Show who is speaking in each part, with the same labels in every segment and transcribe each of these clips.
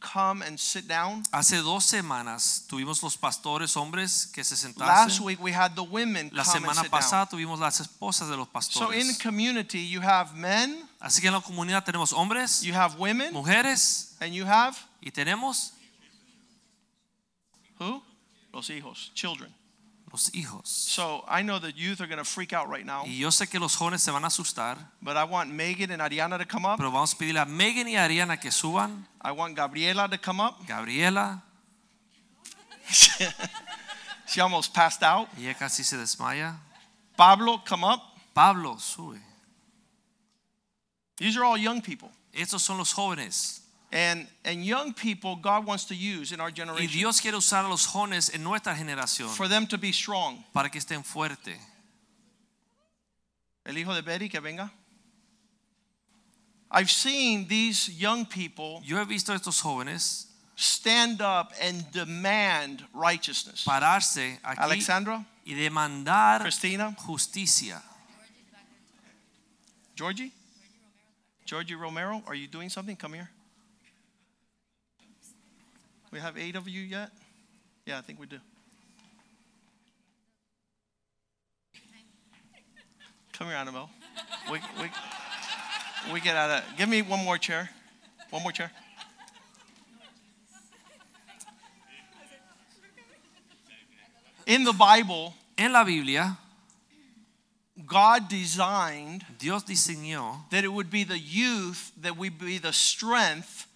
Speaker 1: come and sit down.
Speaker 2: Hace dos semanas tuvimos los pastores hombres que se
Speaker 1: Last
Speaker 2: sentasen.
Speaker 1: week, we had the women
Speaker 2: La
Speaker 1: come and
Speaker 2: semana
Speaker 1: sit down.
Speaker 2: pasada tuvimos las esposas de los
Speaker 1: So in
Speaker 2: pastores.
Speaker 1: community, you have men,
Speaker 2: Así que en la comunidad tenemos hombres,
Speaker 1: you have women,
Speaker 2: mujeres
Speaker 1: and you have
Speaker 2: y tenemos
Speaker 1: who? Los hijos, children.
Speaker 2: los hijos.
Speaker 1: So I know the youth are going to freak out right now,
Speaker 2: Y yo sé que los jóvenes se van a asustar,
Speaker 1: but I want Megan and Ariana to come up.
Speaker 2: pero vamos a pedirle a Megan y a Ariana que suban,
Speaker 1: I want Gabriela to come up.
Speaker 2: Gabriela,
Speaker 1: She almost passed out.
Speaker 2: ella casi se desmaya,
Speaker 1: Pablo, come up.
Speaker 2: Pablo, sube.
Speaker 1: These are all young people.
Speaker 2: Estos son los jóvenes.
Speaker 1: And, and young people, God wants to use in our
Speaker 2: Y
Speaker 1: generation
Speaker 2: Dios quiere usar a los jóvenes en nuestra generación
Speaker 1: for them to be strong.
Speaker 2: para que estén fuertes.
Speaker 1: El hijo de Betty, que venga. I've seen these young people
Speaker 2: Yo he visto a estos jóvenes
Speaker 1: stand up and demand righteousness.
Speaker 2: pararse aquí
Speaker 1: Alexandra,
Speaker 2: y demandar
Speaker 1: Christina,
Speaker 2: justicia.
Speaker 1: Georgie, Georgie Romero, are you doing something? Come here. We have eight of you yet? Yeah, I think we do. Come here, Annabelle. We, we, we get out of Give me one more chair. One more chair. In the Bible,
Speaker 2: En la Biblia,
Speaker 1: God designed
Speaker 2: Dios diseñó
Speaker 1: that it would be the youth that would be the strength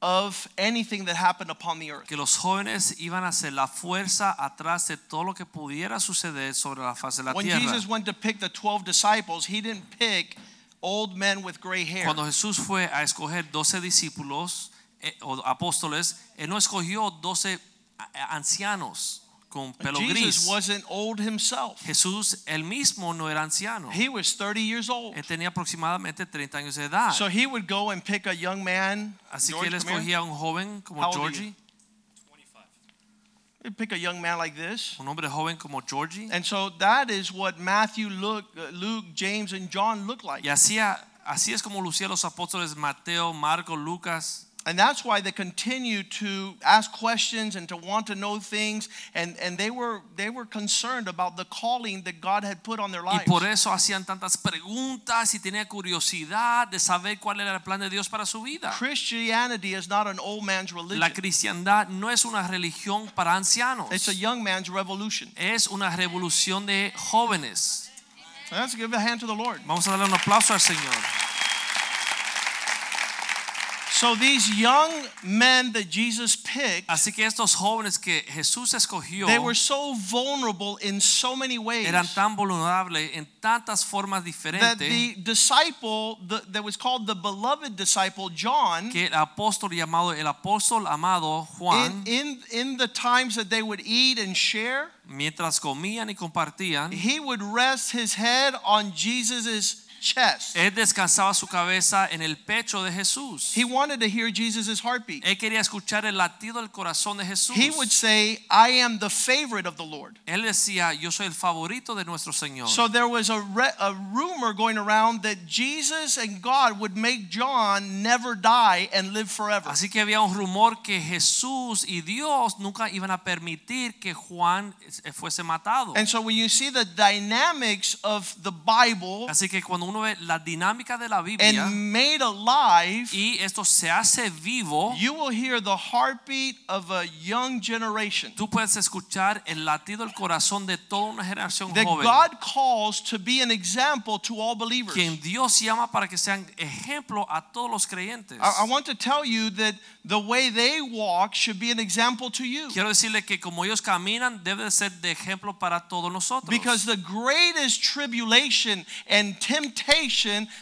Speaker 1: of anything that happened upon the earth.
Speaker 2: que los jóvenes iban a ser la fuerza atrás de todo lo que pudiera suceder sobre la faz de la
Speaker 1: When
Speaker 2: tierra.
Speaker 1: Jesus went to pick the 12 disciples, he didn't pick old men with gray hair.
Speaker 2: Cuando Jesús fue a escoger 12 discípulos eh, o apóstoles, él no escogió 12 a- a- ancianos con pelo
Speaker 1: Jesus
Speaker 2: gris.
Speaker 1: wasn't old himself.
Speaker 2: Jesús él mismo no era anciano.
Speaker 1: He was 30 years old.
Speaker 2: Él tenía aproximadamente 30 años de edad.
Speaker 1: So he would go and pick a young man.
Speaker 2: Así
Speaker 1: George,
Speaker 2: que él
Speaker 1: come here.
Speaker 2: escogía a un joven
Speaker 1: How
Speaker 2: como
Speaker 1: old are you?
Speaker 2: Georgie,
Speaker 1: He'd pick a young man like this.
Speaker 2: un hombre joven como Georgie.
Speaker 1: And so that is what Matthew, Luke, uh, Luke, James, and John looked like.
Speaker 2: Y así, así es como lucían los apóstoles Mateo, Marco, Lucas.
Speaker 1: And that's why they continue to ask questions and to want to know things. And, and they, were, they were concerned about the calling that God had put on their
Speaker 2: Y
Speaker 1: lives.
Speaker 2: por eso hacían tantas preguntas y tenían curiosidad de saber cuál era el plan de Dios para su vida.
Speaker 1: Christianity is not an old man's religion,
Speaker 2: La cristiandad no es una religión para ancianos.
Speaker 1: it's a young man's revolution.
Speaker 2: Es una revolución de jóvenes.
Speaker 1: Let's give a hand to the Lord.
Speaker 2: Vamos a darle un aplauso al Señor.
Speaker 1: So these young men that Jesus picked,
Speaker 2: Así que estos jóvenes que Jesús escogió
Speaker 1: they were so vulnerable in so many ways
Speaker 2: eran tan vulnerables en tantas formas
Speaker 1: that
Speaker 2: diferentes
Speaker 1: the disciple the, that was called the beloved disciple, John,
Speaker 2: que el apóstol llamado el apóstol amado
Speaker 1: in,
Speaker 2: Juan,
Speaker 1: in, in the times that they would eat and share,
Speaker 2: mientras comían y compartían,
Speaker 1: he would rest his head on Jesus' chest.
Speaker 2: Él descansaba su cabeza en el pecho de Jesús.
Speaker 1: He wanted to hear Jesus' heartbeat.
Speaker 2: Él quería escuchar el latido del corazón de Jesús.
Speaker 1: He would say, I am the favorite of the Lord.
Speaker 2: Él decía, yo soy el favorito de nuestro Señor.
Speaker 1: So there was a, re- a rumor going around that Jesus and God would make John never die and live forever.
Speaker 2: Así que había un rumor que Jesús y Dios nunca iban a permitir que Juan eh, fuese matado.
Speaker 1: And so when you see the dynamics of the Bible
Speaker 2: Así que cuando uno ve la dinámica de la Biblia
Speaker 1: and made alive,
Speaker 2: y esto se hace vivo,
Speaker 1: you will hear the heartbeat of a young generation
Speaker 2: tú puedes escuchar el latido del corazón de toda una generación
Speaker 1: that
Speaker 2: joven.
Speaker 1: God calls to be an example to all believers.
Speaker 2: quien Dios llama para que sean ejemplo a todos los creyentes.
Speaker 1: I, I want to tell you that the way they walk should be an example to you.
Speaker 2: Quiero decirle que como ellos caminan debe de ser de ejemplo para todos nosotros.
Speaker 1: Because the greatest tribulation and temptation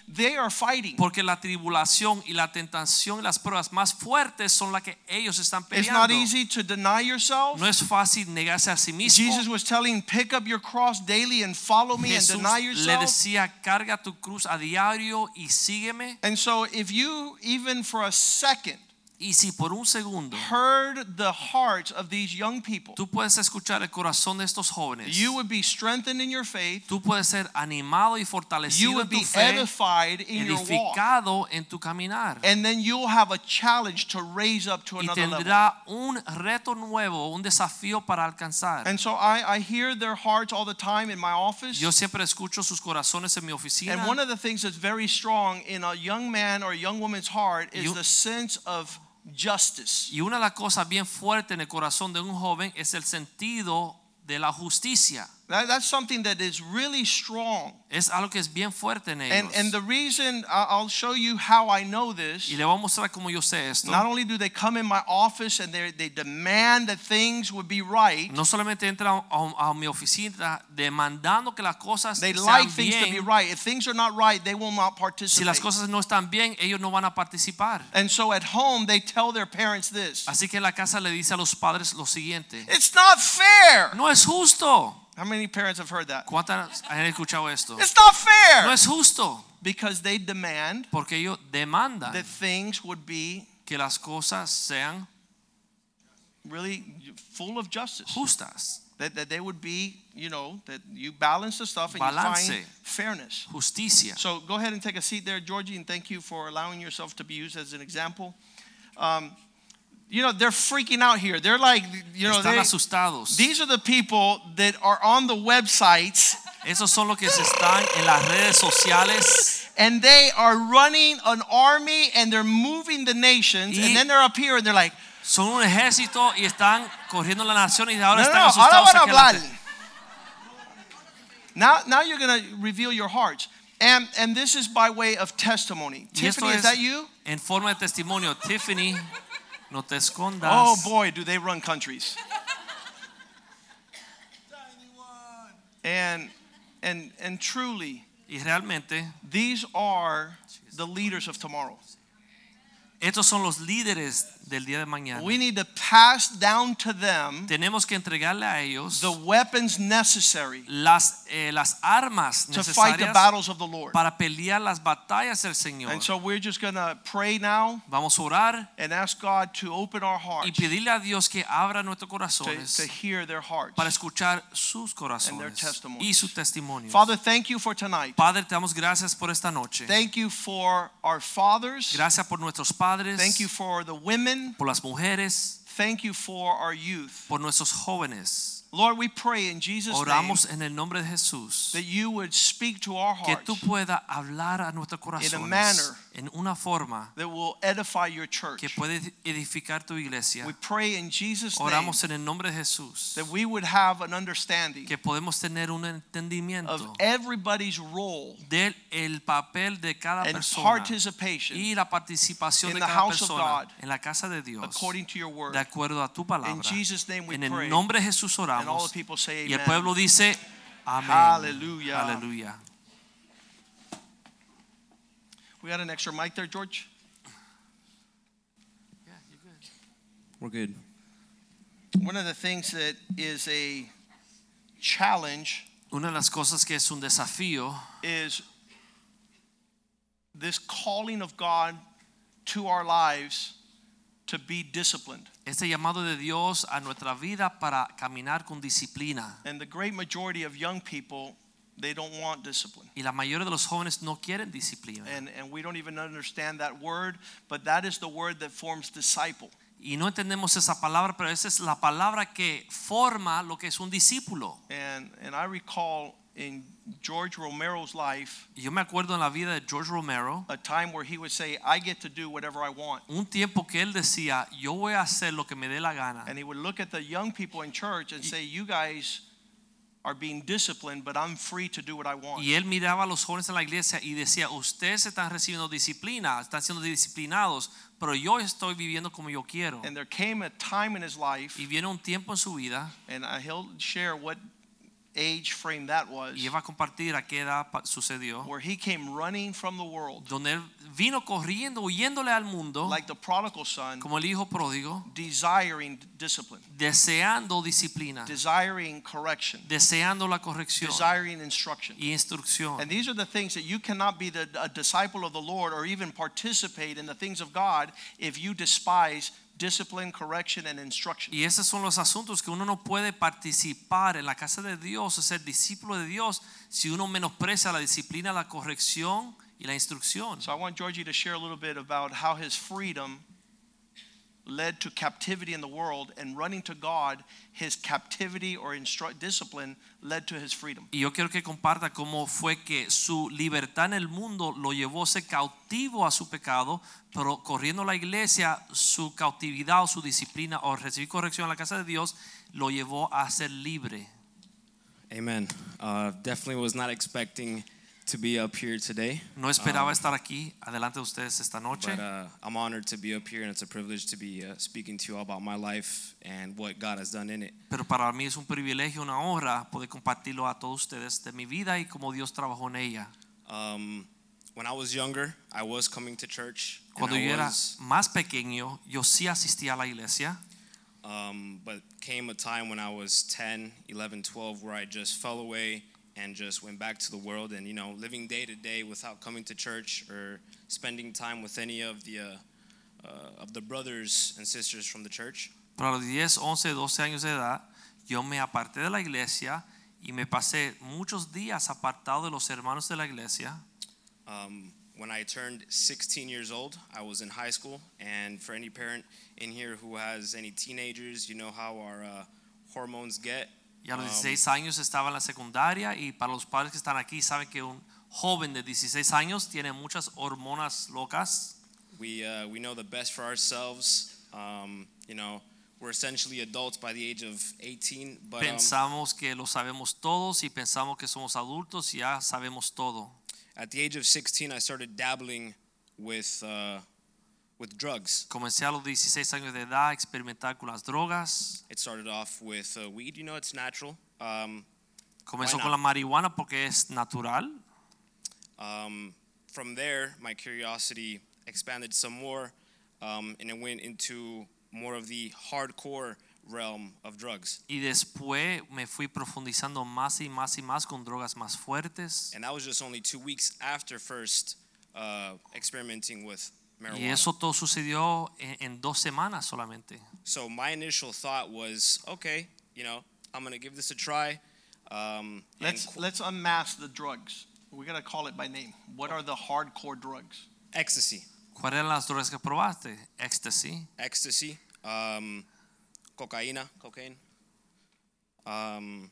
Speaker 1: they are fighting.
Speaker 2: Porque la tribulación y la tentación y las pruebas más fuertes son las que ellos están
Speaker 1: It's not
Speaker 2: peleando.
Speaker 1: easy to deny yourself.
Speaker 2: No es fácil negarse a sí mismo.
Speaker 1: Jesus was telling, pick up your cross daily and follow me and
Speaker 2: Jesús
Speaker 1: deny
Speaker 2: le
Speaker 1: yourself.
Speaker 2: decía, carga tu cruz a diario y sígueme.
Speaker 1: And so if you even for a second
Speaker 2: Y si por un segundo
Speaker 1: heard the hearts of these young people,
Speaker 2: tú puedes escuchar el corazón de estos jóvenes,
Speaker 1: you would be strengthened in your faith.
Speaker 2: tú puedes ser animado y
Speaker 1: You
Speaker 2: fortalecido en
Speaker 1: would
Speaker 2: tu
Speaker 1: be
Speaker 2: fe,
Speaker 1: edified in your walk.
Speaker 2: edificado en tu caminar.
Speaker 1: And then you'll have a challenge to raise up to
Speaker 2: Y
Speaker 1: another level.
Speaker 2: tendrá un reto nuevo, un desafío para alcanzar.
Speaker 1: And so I, I hear their hearts all the time in my office.
Speaker 2: Yo siempre escucho sus corazones en mi oficina.
Speaker 1: And one of the things that's very strong in a young man or a young woman's heart is
Speaker 2: You-
Speaker 1: the sense of justice.
Speaker 2: Y una de las cosas bien fuertes en el corazón de un joven es el sentido de la justicia.
Speaker 1: That, that's something that is really strong.
Speaker 2: Es algo que es bien fuerte en
Speaker 1: And,
Speaker 2: ellos.
Speaker 1: and the reason I- I'll show you how I know this.
Speaker 2: y le voy a mostrar cómo yo sé esto.
Speaker 1: Not only do they come in my office and they, they demand that things would be right,
Speaker 2: No solamente entra a, a- a mi oficina demandando que las cosas
Speaker 1: they
Speaker 2: sean
Speaker 1: like things to
Speaker 2: bien.
Speaker 1: be right. If things are not right, they will not
Speaker 2: Si
Speaker 1: participate.
Speaker 2: las cosas no están bien, ellos no van a participar.
Speaker 1: And so at home, they tell their parents this
Speaker 2: Así que la casa le dice a los padres lo siguiente.
Speaker 1: It's not fair.
Speaker 2: No es justo.
Speaker 1: How many parents have heard that?
Speaker 2: ¿Cuántas han escuchado esto?
Speaker 1: It's not fair.
Speaker 2: No es justo.
Speaker 1: because they demand
Speaker 2: Porque ellos demandan
Speaker 1: that things would be
Speaker 2: que las cosas sean
Speaker 1: really full of justice.
Speaker 2: justas.
Speaker 1: That, that they would be, you know, that you balance the stuff and you
Speaker 2: Balance.
Speaker 1: find fairness.
Speaker 2: Justicia.
Speaker 1: So go ahead and take a seat there, Georgie, and thank you for allowing yourself to be used as an example. Um, you know, they're freaking out here. They're like, you know,
Speaker 2: Están
Speaker 1: they-
Speaker 2: asustados.
Speaker 1: these are the people that are on the websites
Speaker 2: Esos son los que se están en las redes sociales
Speaker 1: and they are running an army and they're moving the nations.
Speaker 2: Y-
Speaker 1: And then they're up here and they're like,
Speaker 2: son un ejército y están corriendo la nación y ahora
Speaker 1: No, no,
Speaker 2: están
Speaker 1: no, ahora
Speaker 2: asustados.
Speaker 1: van a
Speaker 2: aquí adelante.
Speaker 1: hablar. Now, now you're going to reveal your hearts. And, and this is by way of testimony.
Speaker 2: Y esto
Speaker 1: Tiffany, is
Speaker 2: es
Speaker 1: that you?
Speaker 2: En forma de testimonio, Tiffany, no te escondas.
Speaker 1: Oh boy, do they run countries. And, and, and truly,
Speaker 2: Y realmente,
Speaker 1: these are the leaders of tomorrow.
Speaker 2: estos son los líderes del día de mañana.
Speaker 1: We need to pass down to them
Speaker 2: Tenemos que entregarle a ellos
Speaker 1: the weapons necessary
Speaker 2: las, eh, las armas
Speaker 1: to fight the
Speaker 2: necesarias
Speaker 1: battles of the Lord.
Speaker 2: para pelear las batallas del Señor.
Speaker 1: And so we're just going to pray now
Speaker 2: Vamos a orar
Speaker 1: and ask God to open our hearts.
Speaker 2: y pedirle a Dios que abra nuestros
Speaker 1: to, to
Speaker 2: corazones
Speaker 1: hear their hearts.
Speaker 2: para escuchar sus corazones
Speaker 1: testimonies.
Speaker 2: y sus testimonios.
Speaker 1: Father, thank you for tonight.
Speaker 2: Padre, te damos gracias por esta noche.
Speaker 1: Thank you for our fathers.
Speaker 2: Gracias por nuestros padres,
Speaker 1: Thank you for the women.
Speaker 2: por las mujeres,
Speaker 1: Thank you for our youth.
Speaker 2: por nuestros jóvenes.
Speaker 1: Lord, we pray in Jesus' name
Speaker 2: Oramos en el nombre de Jesús
Speaker 1: that you would speak to our
Speaker 2: que tú
Speaker 1: hearts
Speaker 2: puedas hablar a nuestro corazón
Speaker 1: manner
Speaker 2: en una forma
Speaker 1: that will edify your
Speaker 2: que
Speaker 1: church.
Speaker 2: puede edificar tu iglesia.
Speaker 1: We pray in Jesus' name
Speaker 2: Oramos en el nombre de Jesús
Speaker 1: that we would have an understanding
Speaker 2: que podemos tener un
Speaker 1: of
Speaker 2: entendimiento
Speaker 1: everybody's role
Speaker 2: del el papel de cada
Speaker 1: and
Speaker 2: persona
Speaker 1: participation
Speaker 2: y la participación
Speaker 1: in
Speaker 2: de
Speaker 1: the
Speaker 2: cada
Speaker 1: house of
Speaker 2: persona
Speaker 1: God
Speaker 2: en la casa de Dios
Speaker 1: according to your word.
Speaker 2: de acuerdo a tu
Speaker 1: In
Speaker 2: palabra.
Speaker 1: Jesus' name we
Speaker 2: En el
Speaker 1: pray.
Speaker 2: nombre de Jesús
Speaker 1: And all
Speaker 2: oramos
Speaker 1: the people say
Speaker 2: y el
Speaker 1: amen.
Speaker 2: pueblo dice amén.
Speaker 1: Aleluya.
Speaker 2: Aleluya.
Speaker 1: We got an extra mic there, George?
Speaker 3: We're good.
Speaker 1: One of the things that is a challenge
Speaker 2: Una de las cosas que es un desafío
Speaker 1: is this calling of God to our lives to be disciplined.
Speaker 2: Este llamado de Dios a nuestra vida para caminar con disciplina.
Speaker 1: And the great majority of young people, they don't want discipline.
Speaker 2: Y la mayoría de los jóvenes no quieren disciplina.
Speaker 1: And, and we don't even understand that word, but that is the word that forms disciple.
Speaker 2: Y no entendemos esa palabra, pero esa es la palabra que forma lo que es un discípulo.
Speaker 1: And, and I recall in George Romero's life
Speaker 2: Y Yo me acuerdo en la vida de George Romero,
Speaker 1: a time where he would say, I get to do whatever I want.
Speaker 2: un tiempo que él decía, yo voy a hacer lo que me dé la gana.
Speaker 1: And he would look at the young people in church and say, You guys are being disciplined, but I'm free to do what I want.
Speaker 2: Y él miraba a los jóvenes en la iglesia y decía, ustedes están recibiendo disciplina, están siendo disciplinados, pero yo estoy viviendo como yo quiero.
Speaker 1: And there came a time in his life,
Speaker 2: Y viene un tiempo en su vida
Speaker 1: and I- he'll share what age frame that was,
Speaker 2: Y él va a compartir a qué edad pa- sucedió.
Speaker 1: where he came running from the world
Speaker 2: Donde él vino corriendo, huyéndole al mundo,
Speaker 1: like the prodigal son,
Speaker 2: como el hijo pródigo,
Speaker 1: desiring discipline,
Speaker 2: deseando disciplina,
Speaker 1: desiring correction,
Speaker 2: deseando la corrección
Speaker 1: desiring instruction.
Speaker 2: y instrucción.
Speaker 1: And these are the things that you cannot be the, a disciple of the Lord or even participate in the things of God if you despise discipline, correction, and instruction.
Speaker 2: Y esos son los asuntos que uno no puede participar en la casa de Dios, o ser discípulo de Dios, si uno menosprecia la disciplina, la corrección y la instrucción.
Speaker 1: So I want Georgie to share a little bit about how his freedom led to captivity in the world and running to God, his captivity or instru- discipline led to his freedom.
Speaker 2: Y yo quiero que comparta cómo fue que su libertad en el mundo lo llevó a ser cautivo a su pecado, pero corriendo a la iglesia, su cautividad o su disciplina o recibir corrección en la casa de Dios lo llevó a ser libre.
Speaker 3: Amen. Uh, definitely was not expecting to be up here today, Um,
Speaker 2: No esperaba estar aquí adelante de ustedes esta noche,
Speaker 3: but uh, I'm honored to be up here, and it's a privilege to be uh, speaking to you all about my life and what God has done in it.
Speaker 2: pero para mí es un privilegio, una honra poder compartirlo a todos ustedes de mi vida y cómo Dios trabajó en ella.
Speaker 3: Um, when I was younger, I was coming to church. and
Speaker 2: Cuando
Speaker 3: I
Speaker 2: yo era
Speaker 3: was,
Speaker 2: más pequeño, yo sí asistía a la iglesia,
Speaker 3: um, but came a time when I was 10, 11, 12, where I just fell away and just went back to the world and, you know, living day to day without coming to church or spending time with any of the, uh, uh, of the brothers and sisters from the church.
Speaker 2: Pero a los 10, 11, 12 años de edad, yo me aparté de la iglesia y me pasé muchos días apartado de los hermanos de la iglesia.
Speaker 3: Um, when I turned 16 years old, I was in high school. And for any parent in here who has any teenagers, you know how our uh, hormones get.
Speaker 2: Y a los
Speaker 3: Um,
Speaker 2: 16 años estaba en la secundaria y para los padres que están aquí saben que un joven de 16 años tiene muchas hormonas locas.
Speaker 3: We, uh, we know the best for ourselves. Um, you know, we're essentially adults by the age of 18. But um,
Speaker 2: Pensamos que lo sabemos todos y pensamos que somos adultos y ya sabemos todo.
Speaker 3: at the age of 16, I started dabbling with, uh, with drugs.
Speaker 2: Comencé a los 16 años de edad a experimentar con las drogas.
Speaker 3: It started off with uh, weed. You know, it's natural. Um,
Speaker 2: Comenzó
Speaker 3: Why
Speaker 2: con
Speaker 3: not?
Speaker 2: la marihuana porque es natural,
Speaker 3: Um, from there, my curiosity expanded some more, um, and it went into more of the hardcore realm of drugs.
Speaker 2: Y después me fui profundizando más y más y más con drogas más fuertes.
Speaker 3: And that was just only two weeks after first uh, experimenting with
Speaker 2: Y
Speaker 3: marijuana.
Speaker 2: eso todo sucedió en, en dos semanas solamente.
Speaker 3: so my initial thought was, okay, you know, I'm gonna give this a try. Um, and
Speaker 1: Let's,
Speaker 3: qu-
Speaker 1: let's unmask the drugs. We're going to call it by name. What are the hardcore drugs?
Speaker 3: ecstasy,
Speaker 2: ¿Cuáles eran las drogas que probaste? Ecstasy,
Speaker 3: ecstasy, um, cocaína, cocaine, um,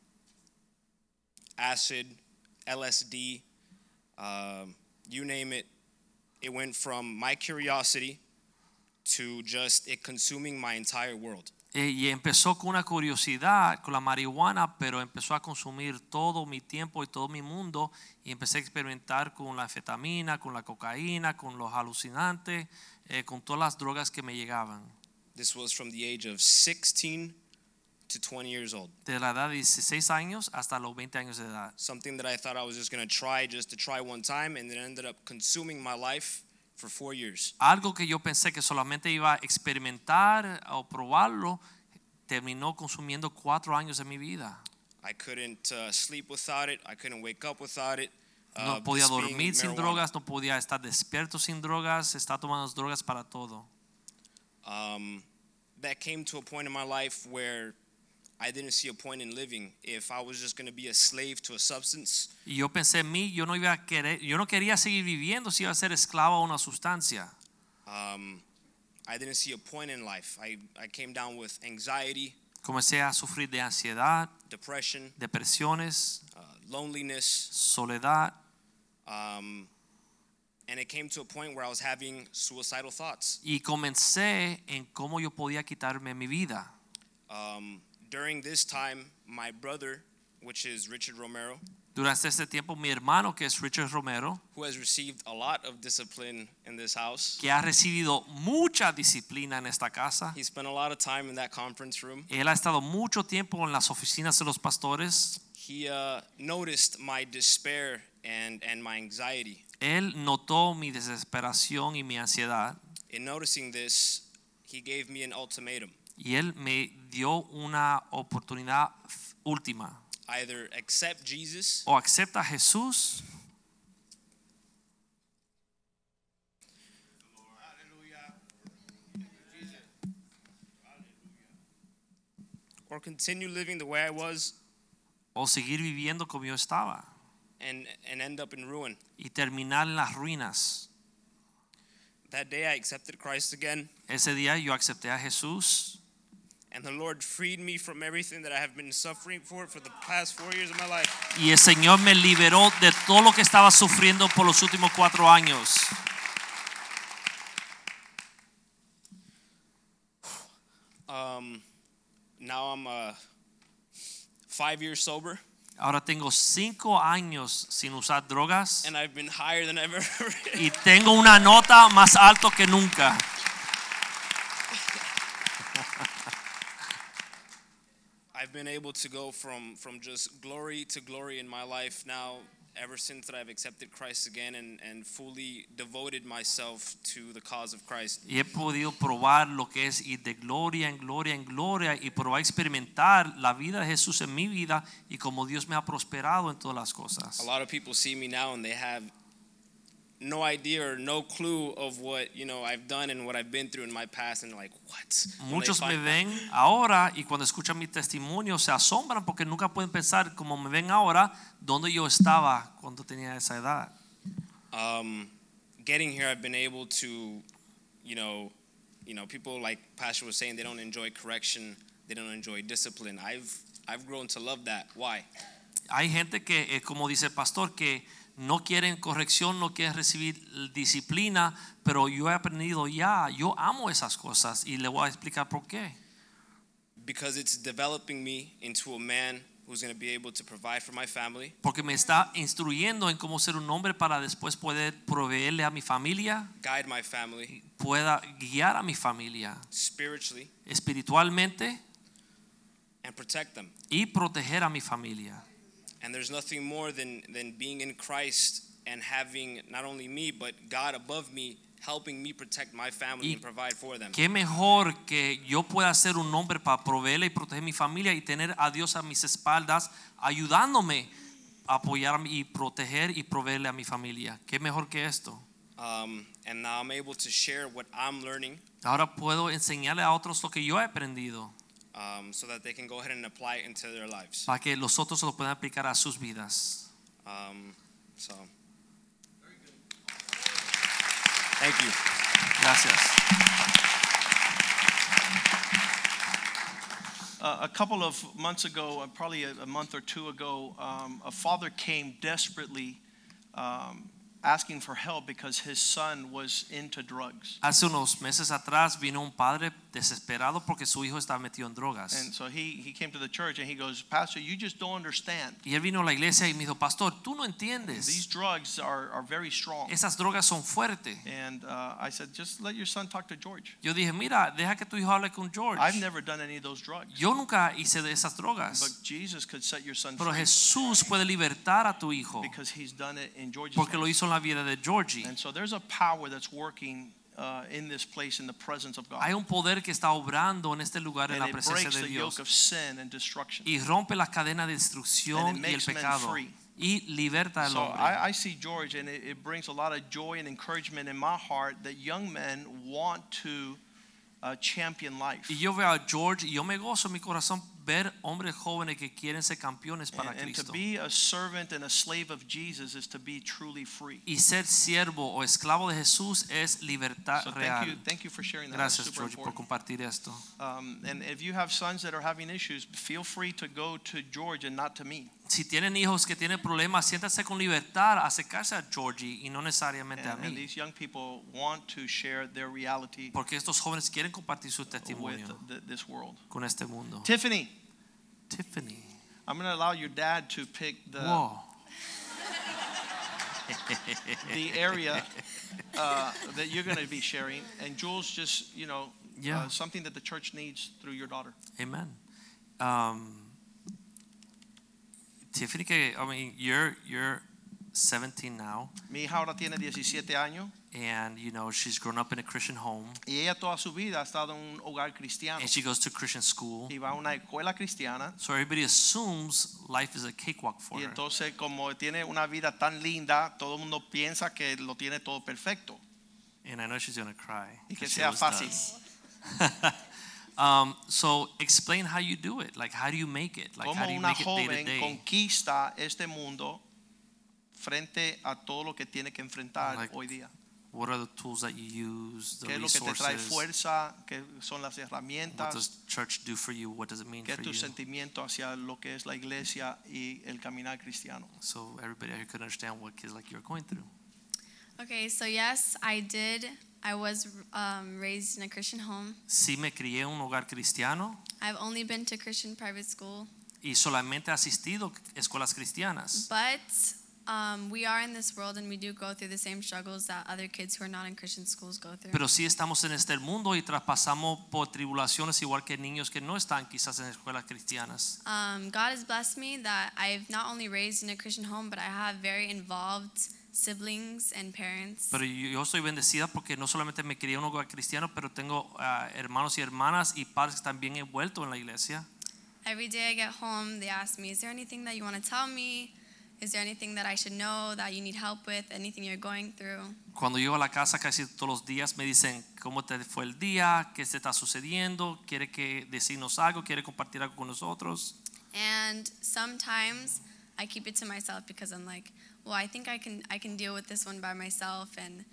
Speaker 3: acid, LSD, um, you name it. It went from my curiosity to just it consuming my entire world.
Speaker 2: Eh, y empezó con una curiosidad con la marihuana, pero empezó a consumir todo mi tiempo y todo mi mundo. Y empecé a experimentar con la anfetamina, con la cocaína, con los alucinantes, eh, con todas las drogas que me llegaban.
Speaker 3: This was from the age of 16 to 20 years old.
Speaker 2: De la edad de 16 años hasta los 20 años de edad.
Speaker 3: Something that I thought I was just gonna try just to try one time, and then ended up consuming my life for four years.
Speaker 2: algo que yo pensé que solamente iba a experimentar o probarlo, terminó consumiendo cuatro años de mi vida.
Speaker 3: I couldn't uh, sleep without it. I couldn't wake up without it.
Speaker 2: No
Speaker 3: Uh,
Speaker 2: podía
Speaker 3: this being
Speaker 2: dormir sin
Speaker 3: marijuana.
Speaker 2: drogas, no podía estar despierto sin drogas, estaba tomando drogas para todo.
Speaker 3: Um, that came to a point in my life where I didn't see a point in living. If I was just going to be a slave to a substance,
Speaker 2: Y yo pensé en mí, yo no iba a querer, yo no quería seguir viviendo si iba a ser esclavo a una sustancia.
Speaker 3: um, I didn't see a point in life. I, I came down with anxiety,
Speaker 2: Comencé a sufrir de ansiedad,
Speaker 3: depression,
Speaker 2: depresiones,
Speaker 3: uh, loneliness,
Speaker 2: soledad
Speaker 3: um, and it came to a point where I was having suicidal thoughts.
Speaker 2: y comencé en cómo yo podía quitarme mi vida.
Speaker 3: Um, during this time, my brother which is Richard Romero,
Speaker 2: Durante este tiempo, mi hermano, que es Richard Romero,
Speaker 3: who has received a lot of discipline in this house.
Speaker 2: que ha recibido mucha disciplina en esta casa,
Speaker 3: He spent a lot of time in that conference room.
Speaker 2: él ha estado mucho tiempo en las oficinas de los pastores,
Speaker 3: He uh, noticed my despair and, and my anxiety.
Speaker 2: él notó mi desesperación y mi ansiedad,
Speaker 3: In noticing this, he gave me an ultimatum
Speaker 2: y él me dio una oportunidad f- última.
Speaker 3: either accept Jesus
Speaker 2: O acepta a Jesús
Speaker 3: or continue living the way I was
Speaker 2: o seguir viviendo como yo estaba
Speaker 3: and, and end up in ruin.
Speaker 2: y terminar en las ruinas.
Speaker 3: That day I accepted Christ again,
Speaker 2: Ese día yo acepté a Jesús
Speaker 3: and the Lord freed me from everything that I have been suffering for for the past four years of my life.
Speaker 2: y el Señor me liberó de todo lo que estaba sufriendo por los últimos cuatro años.
Speaker 3: Um, now I'm uh, five years sober,
Speaker 2: Ahora tengo cinco años sin usar drogas
Speaker 3: and I've been higher than I've ever been.
Speaker 2: y tengo una nota más alto que nunca.
Speaker 3: I've been able to go from, from just glory to glory in my life now, ever since that I've accepted Christ again and, and fully devoted myself to the cause of Christ.
Speaker 2: Y he podido probar lo que es ir de gloria en gloria en gloria y probar experimentar la vida de Jesús en mi vida y como Dios me ha prosperado en todas las cosas.
Speaker 3: A lot of people see me now and they have no idea or no clue of what you know I've done and what I've been through in my past, and they're like, what? When they
Speaker 2: Muchos me
Speaker 3: find-
Speaker 2: ven ahora y cuando escuchan mi testimonio se asombran porque nunca pueden pensar como me ven ahora dónde yo estaba cuando tenía esa edad.
Speaker 3: um, getting here, I've been able to, you know, you know, people like Pastor was saying, they don't enjoy correction, they don't enjoy discipline. I've I've grown to love that. Why?
Speaker 2: Hay gente que, eh, como dice el pastor, que no quieren corrección, no quieren recibir disciplina, pero yo he aprendido ya, yo amo esas cosas y le voy a explicar por qué.
Speaker 3: Because it's developing me into a man who's going to be able to provide for my family,
Speaker 2: Porque me está instruyendo en cómo ser un hombre para después poder proveerle a mi familia,
Speaker 3: guide my family
Speaker 2: pueda guiar a mi familia
Speaker 3: spiritually,
Speaker 2: espiritualmente
Speaker 3: and protect them.
Speaker 2: y proteger a mi familia.
Speaker 3: And there's nothing more than, than being in Christ and having not only me, but God above me helping me protect my family
Speaker 2: Y-
Speaker 3: and provide for them.
Speaker 2: Qué mejor que yo pueda ser un hombre para proveerle y proteger mi familia y tener a Dios a mis espaldas ayudándome a apoyarme y proteger y proveerle a mi familia. Qué mejor que esto.
Speaker 3: Um, and now I'm able to share what I'm learning
Speaker 2: Ahora puedo enseñarle a otros lo que yo he aprendido
Speaker 3: um, so that they can go ahead and apply it into their lives.
Speaker 2: para que los otros lo puedan aplicar a sus vidas.
Speaker 3: Um, so. Thank you.
Speaker 2: Gracias.
Speaker 1: Uh, a couple of months ago, uh, probably a, a month or two ago, um, a father came desperately um, asking for help because his son was into drugs.
Speaker 2: Hace unos meses atrás vino un padre desesperado porque su hijo estaba metido en
Speaker 1: And
Speaker 2: drogas.
Speaker 1: so he, he came to the church and he goes, Pastor, you just don't understand.
Speaker 2: Y él vino a la iglesia y me dijo, pastor, tú no
Speaker 1: These
Speaker 2: entiendes.
Speaker 1: drugs are, are very strong.
Speaker 2: Esas drogas son fuertes.
Speaker 1: And uh, I said, just let your son talk to George.
Speaker 2: Yo dije, mira, deja que tu hijo hable con George.
Speaker 1: I've never done any of those drugs.
Speaker 2: Yo nunca hice de esas
Speaker 1: But
Speaker 2: drogas.
Speaker 1: Jesus could set your son
Speaker 2: Pero
Speaker 1: free
Speaker 2: Jesús puede libertar a tu hijo
Speaker 1: because he's done it in George's
Speaker 2: porque
Speaker 1: life.
Speaker 2: lo hizo en la vida de Georgie.
Speaker 1: And so there's a power that's working uh, in this place in the presence of God.
Speaker 2: Hay un poder que está obrando en este lugar en
Speaker 1: and
Speaker 2: la
Speaker 1: it
Speaker 2: presencia
Speaker 1: breaks
Speaker 2: de
Speaker 1: the yoke
Speaker 2: Dios
Speaker 1: of sin and destruction.
Speaker 2: y rompe las cadenas de
Speaker 1: And
Speaker 2: destrucción
Speaker 1: it
Speaker 2: y el
Speaker 1: makes men
Speaker 2: pecado
Speaker 1: free.
Speaker 2: y liberta al
Speaker 1: So
Speaker 2: hombre.
Speaker 1: I, I see George, and it, it brings a lot of joy and encouragement in my heart that young men want to uh, champion life.
Speaker 2: Y yo veo a George y yo me gozo en mi corazón ver hombres jóvenes que quieren ser campeones
Speaker 1: And,
Speaker 2: para
Speaker 1: and to
Speaker 2: Cristo.
Speaker 1: be a servant and a slave of Jesus is to be truly free.
Speaker 2: Y ser siervo o esclavo de Jesús es libertad
Speaker 1: So thank you,
Speaker 2: real.
Speaker 1: thank you for sharing that. That's
Speaker 2: Gracias
Speaker 1: super
Speaker 2: George por
Speaker 1: important.
Speaker 2: compartir esto.
Speaker 1: Um, and if you have sons that are having issues, feel free to go to George and not to me.
Speaker 2: Si tienen hijos que tienen problemas, siéntase con libertad, a acercarse a Georgie y no necesariamente
Speaker 1: And,
Speaker 2: a
Speaker 1: and
Speaker 2: mí.
Speaker 1: these young people want to share their reality
Speaker 2: Porque estos jóvenes quieren compartir su
Speaker 1: with
Speaker 2: testimonio
Speaker 1: th- this world.
Speaker 2: con este mundo.
Speaker 1: Tiffany.
Speaker 2: Tiffany.
Speaker 1: I'm going to allow your dad to pick the
Speaker 2: Wow.
Speaker 1: the area uh, that you're going to be sharing. And Jules, just you know,
Speaker 2: Yeah.
Speaker 1: uh, something that the church needs through your daughter.
Speaker 2: Amen. Um, Tiffany, que, I mean, you're you're 17 now,
Speaker 1: Mi hija ahora tiene 17 años
Speaker 2: and you know she's grown up in a Christian home,
Speaker 1: y ella toda su vida ha estado en un hogar cristiano
Speaker 2: and she goes to Christian school.
Speaker 1: y va a una escuela cristiana.
Speaker 2: So everybody assumes life is a cakewalk for
Speaker 1: Y
Speaker 2: her.
Speaker 1: entonces, como tiene una vida tan linda, todo el mundo piensa que lo tiene todo perfecto
Speaker 2: And I know she's gonna cry.
Speaker 1: y que
Speaker 2: 'cause she
Speaker 1: sea
Speaker 2: always
Speaker 1: fácil.
Speaker 2: does. um, so explain how you do it. Like how do you make it? Like how
Speaker 1: Como
Speaker 2: do you
Speaker 1: una
Speaker 2: make it day to
Speaker 1: joven
Speaker 2: day?
Speaker 1: conquista este mundo frente a todo lo que tiene que enfrentar
Speaker 2: Like,
Speaker 1: hoy día.
Speaker 2: What are the tools that you use? The
Speaker 1: ¿Qué es lo que te trae
Speaker 2: resources? What
Speaker 1: fuerza? ¿Qué son las
Speaker 2: does
Speaker 1: herramientas?
Speaker 2: church do for you? What does it mean
Speaker 1: ¿Qué es
Speaker 2: for
Speaker 1: tu
Speaker 2: you?
Speaker 1: sentimiento hacia lo que es la iglesia y el caminar cristiano?
Speaker 2: so everybody here could understand what kids like you're going through.
Speaker 4: Okay, so yes, I did. I was um, raised in a Christian home.
Speaker 2: Sí me crié en un hogar cristiano
Speaker 4: I've only been to Christian private school,
Speaker 2: y solamente he asistido a escuelas cristianas.
Speaker 4: but um, we are in this world and we do go through the same struggles that other kids who are not in Christian schools go through.
Speaker 2: Pero sí estamos en este mundo y traspasamos por tribulaciones igual que niños que no están quizás en escuelas cristianas.
Speaker 4: Um, God has blessed me that I've not only raised in a Christian home, but I have very involved siblings and parents.
Speaker 2: Pero yo yo soy bendecida porque no solamente me crié en un hogar cristiano, pero tengo ah, hermanos y hermanas y padres que también envueltos en la iglesia.
Speaker 4: Every day I get home, they ask me, Is there anything that you want to tell me? Is there anything that I should know that you need help with? Anything you're going through?
Speaker 2: Cuando llego a la casa casi todos los días me dicen cómo te fue el día, qué te está sucediendo, quiere que decirnos algo, quiere compartir algo con nosotros.
Speaker 4: And sometimes I keep it to myself because I'm like, well, I think I can I can deal with this one by myself, and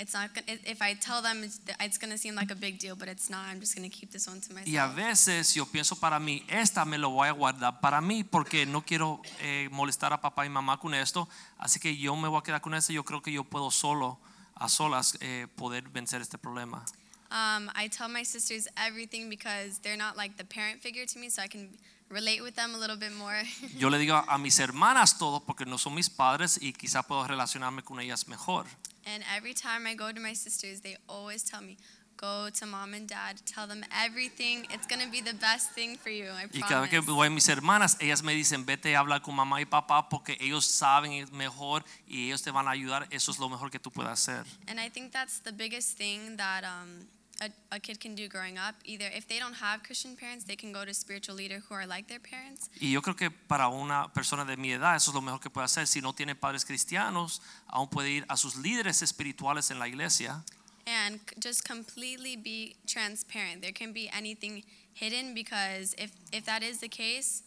Speaker 4: it's not gonna, if- if I tell them it's, it's gonna seem like a big deal, but it's not. I'm just gonna keep this one to myself.
Speaker 2: Y a veces yo pienso para mí, esta me lo voy a guardar para mí porque no quiero eh, molestar a papá y mamá con esto. Así que yo me voy a quedar con esto. Yo creo que yo puedo solo, a solas, eh, poder vencer este problema.
Speaker 4: Um, I tell my sisters everything because they're not like the parent figure to me, so I can relate with them a little bit more.
Speaker 2: Yo le digo a mis hermanas todo porque no son mis padres y quizá puedo relacionarme con ellas mejor.
Speaker 4: and every time I go to my sisters, they always tell me. Go to mom and dad, tell them everything. It's gonna be the best thing for you. I
Speaker 2: Y cada vez que
Speaker 4: promise."
Speaker 2: voy a mis hermanas, ellas me dicen, vete a hablar con mamá y papá porque ellos saben mejor y ellos te van a ayudar. Eso es lo mejor que tú puedes hacer.
Speaker 4: And I think that's the biggest thing that um, a, a kid can do growing up. Either if they don't have Christian parents, they can go to spiritual leader who are like their parents.
Speaker 2: Y yo creo que para una persona de mi edad eso es lo mejor que puede hacer. Si no tiene padres cristianos, aún puede ir a sus líderes espirituales en la iglesia
Speaker 4: And c- just completely be transparent. There can be anything hidden because if, if that is the case,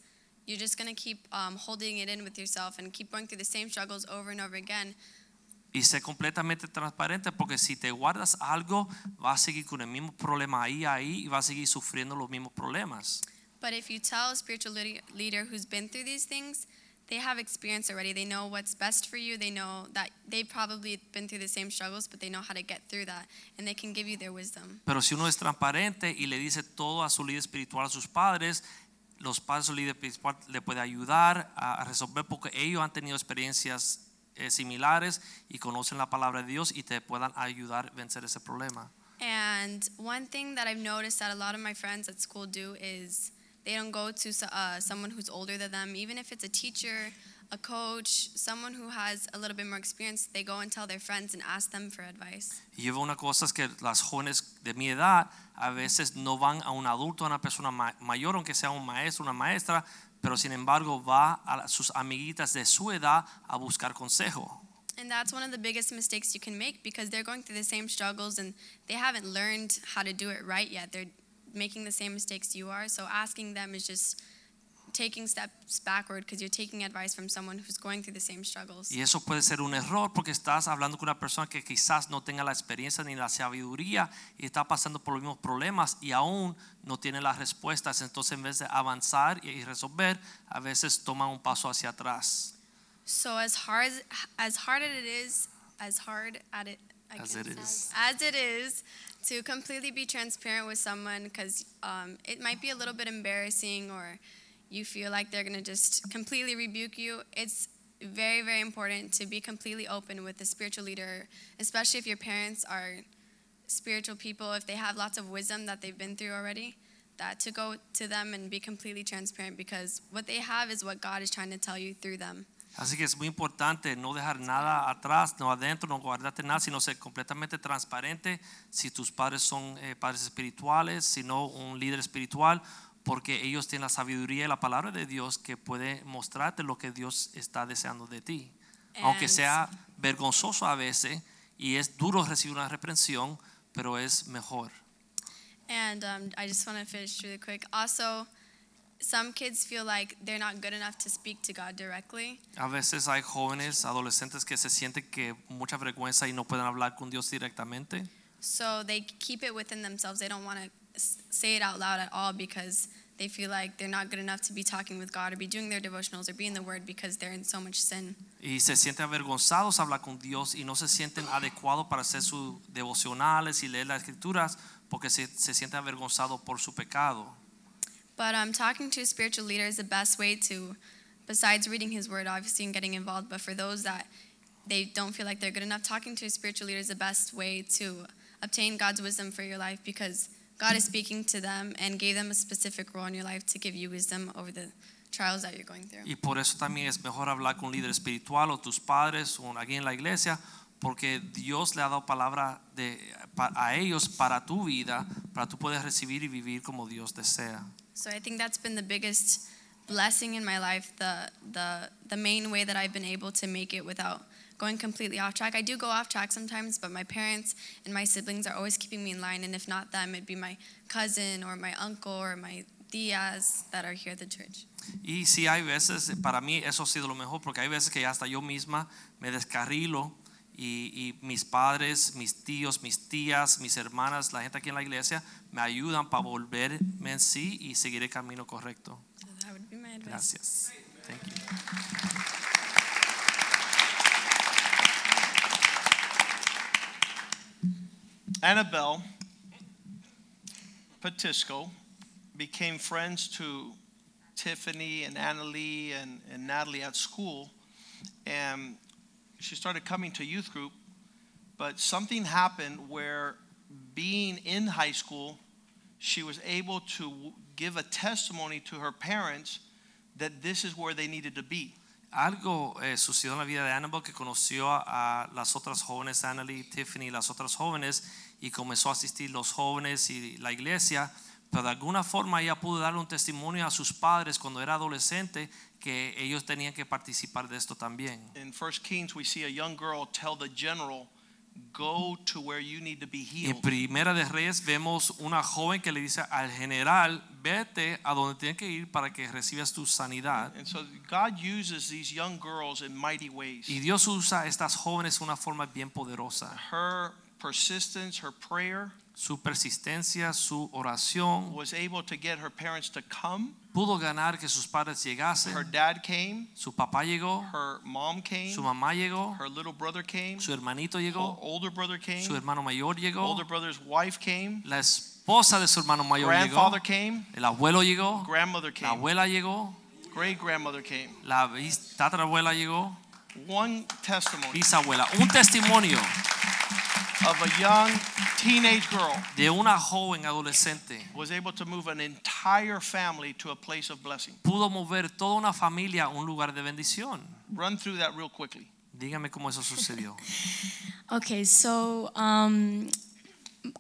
Speaker 4: you're just going to keep um, holding it in with yourself and keep going through the same struggles over and over again.
Speaker 2: y ser completamente transparente porque si te guardas algo, vas a seguir con el mismo problema ahí, ahí y vas a seguir sufriendo los mismos problemas.
Speaker 4: But if you tell a spiritual leader- leader who's been through these things, they have experience already. They know what's best for you. They know that they've probably been through the same struggles, but they know how to get through that. And they can give you their wisdom.
Speaker 2: Pero si uno es transparente y le dice todo a su líder espiritual, a sus padres, los padres o líder espiritual le puede ayudar a a resolver porque ellos han tenido experiencias eh, similares y conocen la palabra de Dios y te puedan ayudar a vencer ese problema.
Speaker 4: And one thing that I've noticed that a lot of my friends at school do is they don't go to so- uh, someone who's older than them, even if it's a teacher, a coach, someone who has a little bit more experience. They go and tell their friends and ask them for advice.
Speaker 2: Y yo veo una cosa es que las jóvenes de mi edad a veces no van a un adulto, a una persona ma- mayor, aunque sea un maestro, una maestra, pero sin embargo va a la- sus amiguitas de su edad a buscar consejo.
Speaker 4: And that's one of the biggest mistakes you can make because they're going through the same struggles and they haven't learned how to do it right yet. They're making the same mistakes you are. So asking them is just taking steps backward because you're taking advice from someone who's going through the same struggles.
Speaker 2: Y eso puede ser un error porque estás hablando con una persona que quizás no tenga la experiencia ni la sabiduría y está pasando por los mismos problemas y aún no tiene las respuestas. Entonces en vez de avanzar y- y resolver, a veces toman un paso hacia atrás.
Speaker 4: So as hard as, as hard as it is, as hard at it I
Speaker 2: As
Speaker 4: can't
Speaker 2: it
Speaker 4: say-
Speaker 2: is.
Speaker 4: as it is to completely be transparent with someone because um, it might be a little bit embarrassing or you feel like they're going to just completely rebuke you, it's very, very important to be completely open with the spiritual leader, especially if your parents are spiritual people, if they have lots of wisdom that they've been through already, that to go to them and be completely transparent because what they have is what God is trying to tell you through them.
Speaker 2: Así que es muy importante no dejar nada atrás, no adentro, no guardarte nada, sino ser completamente transparente si tus padres son eh, padres espirituales, sino un líder espiritual, porque ellos tienen la sabiduría y la palabra de Dios que puede mostrarte lo que Dios está deseando de ti. Aunque
Speaker 4: And-
Speaker 2: sea vergonzoso a veces y es duro recibir una reprensión, pero es mejor.
Speaker 4: And um, I just want to finish really quick. Also, some kids feel like they're not good enough to speak to God directly.
Speaker 2: A veces hay jóvenes, adolescentes que se sienten que mucha vergüenza y no pueden hablar con Dios directamente.
Speaker 4: So they keep it within themselves. They don't want to say it out loud at all because they feel like they're not good enough to be talking with God or be doing their devotionals or be in the Word because they're in so much sin.
Speaker 2: y se sienten avergonzados a hablar con Dios y no se sienten adecuados para hacer sus devocionales y leer las escrituras porque se, se sienten avergonzados por su pecado.
Speaker 4: But um, talking to a spiritual leader is the best way to, besides reading his Word, obviously, and getting involved, but for those that they don't feel like they're good enough, talking to a spiritual leader is the best way to obtain God's wisdom for your life because God is speaking to them and gave them a specific role in your life to give you wisdom over the trials that you're going through.
Speaker 2: Y por eso también es mejor hablar con un líder espiritual o tus padres o alguien en la iglesia porque Dios le ha dado palabra de- pa- a ellos para tu vida, para tú puedes recibir y vivir como Dios desea.
Speaker 4: So I think that's been the biggest blessing in my life, the the the main way that I've been able to make it without going completely off track. I do go off track sometimes, but my parents and my siblings are always keeping me in line, and if not them, it'd be my cousin or my uncle or my tias that are here at the church.
Speaker 2: Y sí hay veces, para mí eso ha sido lo mejor, porque hay veces que hasta yo misma me descarrilo y, y mis padres, mis tíos, mis tías, mis hermanas, la gente aquí en la iglesia, me ayudan para volverme en sí y seguir el camino correcto.
Speaker 4: So that would be my advice.
Speaker 2: Gracias. Thank you.
Speaker 1: Annabelle Patisco became friends to Tiffany and Annalie and, and Natalie at school. And she started coming to youth group, but something happened where being in high school, she was able to w- give a testimony to her parents that this is where they needed to be.
Speaker 2: Algo eh, sucedió en la vida de Annabelle que conoció a, a las otras jóvenes, Annalie, Tiffany, las otras jóvenes, y comenzó a asistir los jóvenes y la iglesia. Pero de alguna forma ella pudo darle un testimonio a sus padres cuando era adolescente que ellos tenían que participar de esto también.
Speaker 1: In First Kings, we see a young girl tell the general, "Go to where you need to be
Speaker 2: Y
Speaker 1: healed."
Speaker 2: en Primera de Reyes vemos una joven que le dice al general, vete a donde tienes que ir para que recibas tu sanidad.
Speaker 1: And so God uses these young girls in mighty ways.
Speaker 2: Y Dios usa a estas jóvenes de una forma bien poderosa.
Speaker 1: Her persistence, her prayer
Speaker 2: Su persistencia, su oración,
Speaker 1: was able to get her parents to come.
Speaker 2: pudo ganar que sus padres llegasen.
Speaker 1: Her dad came,
Speaker 2: Su papá llegó,
Speaker 1: her mom came,
Speaker 2: su mamá llegó,
Speaker 1: her little brother came,
Speaker 2: su hermanito
Speaker 1: her
Speaker 2: llegó,
Speaker 1: older brother came,
Speaker 2: su hermano mayor llegó,
Speaker 1: older brother's wife came,
Speaker 2: la esposa de su hermano mayor llegó,
Speaker 1: grandfather came,
Speaker 2: el abuelo llegó,
Speaker 1: grandmother
Speaker 2: la
Speaker 1: came,
Speaker 2: abuela llegó,
Speaker 1: great grandmother came.
Speaker 2: la bis- tatarabuela llegó,
Speaker 1: One testimony
Speaker 2: bisabuela. Un testimonio
Speaker 1: of a young teenage girl
Speaker 2: de una joven adolescente
Speaker 1: was able to move an entire family to a place of blessing.
Speaker 2: pudo mover toda una familia a un lugar de bendición.
Speaker 1: Run through that real quickly.
Speaker 2: Dígame cómo eso sucedió.
Speaker 5: Okay, so um,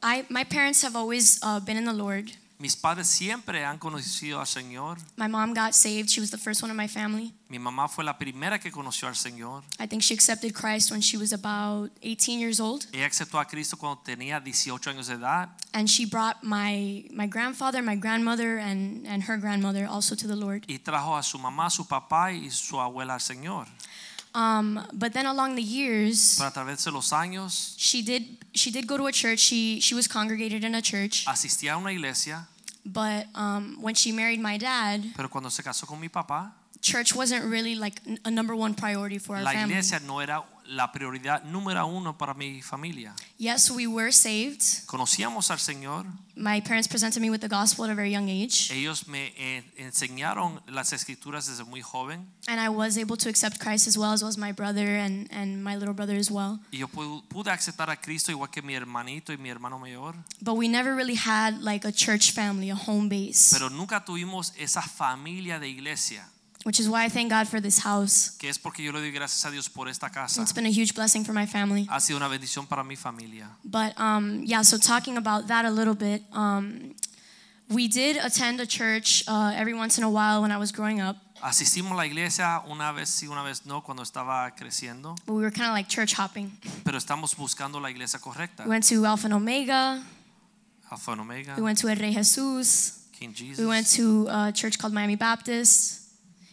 Speaker 5: I my parents have always uh, been in the Lord.
Speaker 2: Mis padres siempre han conocido al Señor.
Speaker 5: My mom got saved; she was the first one in my family.
Speaker 2: Mi mamá fue la primera que conoció al Señor.
Speaker 5: I think she accepted Christ when she was about 18 years old,
Speaker 2: Ella aceptó a Cristo cuando tenía 18 años de edad
Speaker 5: and she brought my my grandfather, my grandmother, and and her grandmother also to the Lord.
Speaker 2: y trajo a su mamá, su papá y su abuela al Señor.
Speaker 5: Um, but then along the years,
Speaker 2: Pero a través de los años
Speaker 5: she did she did go to a church. She she was congregated in a church,
Speaker 2: asistía a una iglesia,
Speaker 5: but um, when she married my dad,
Speaker 2: pero cuando se casó con mi papá,
Speaker 5: church wasn't really like n- a number one priority for our
Speaker 2: la
Speaker 5: family.
Speaker 2: iglesia no era la prioridad número uno para mi familia.
Speaker 5: Yes, we were saved.
Speaker 2: Conocíamos al Señor,
Speaker 5: My parents presented me with the gospel at a very young age,
Speaker 2: ellos me eh, enseñaron las escrituras desde muy joven
Speaker 5: and I was able to accept Christ as well as was my brother and, and my little brother as well.
Speaker 2: y yo pu- pude aceptar a Cristo igual que mi hermanito y mi hermano mayor,
Speaker 5: But we never really had like a church family, a home base,
Speaker 2: pero nunca tuvimos esa familia de iglesia,
Speaker 5: which is why I thank God for this house.
Speaker 2: que es porque yo le doy gracias a Dios por esta casa.
Speaker 5: It's been a huge blessing for my family.
Speaker 2: Ha sido una bendición para mi familia.
Speaker 5: But um, yeah, so talking about that a little bit, um, we did attend a church uh, every once in a while when I was growing up,
Speaker 2: Asistimos a la iglesia una vez sí, una vez no cuando estaba creciendo,
Speaker 5: but we were kind of like church hopping.
Speaker 2: pero estamos buscando la iglesia correcta.
Speaker 5: We went to Alpha and Omega,
Speaker 2: Alfa y Omega,
Speaker 5: we went to El Rey Jesus,
Speaker 2: King
Speaker 5: we went
Speaker 2: Jesus.
Speaker 5: to uh, a church called Miami Baptist.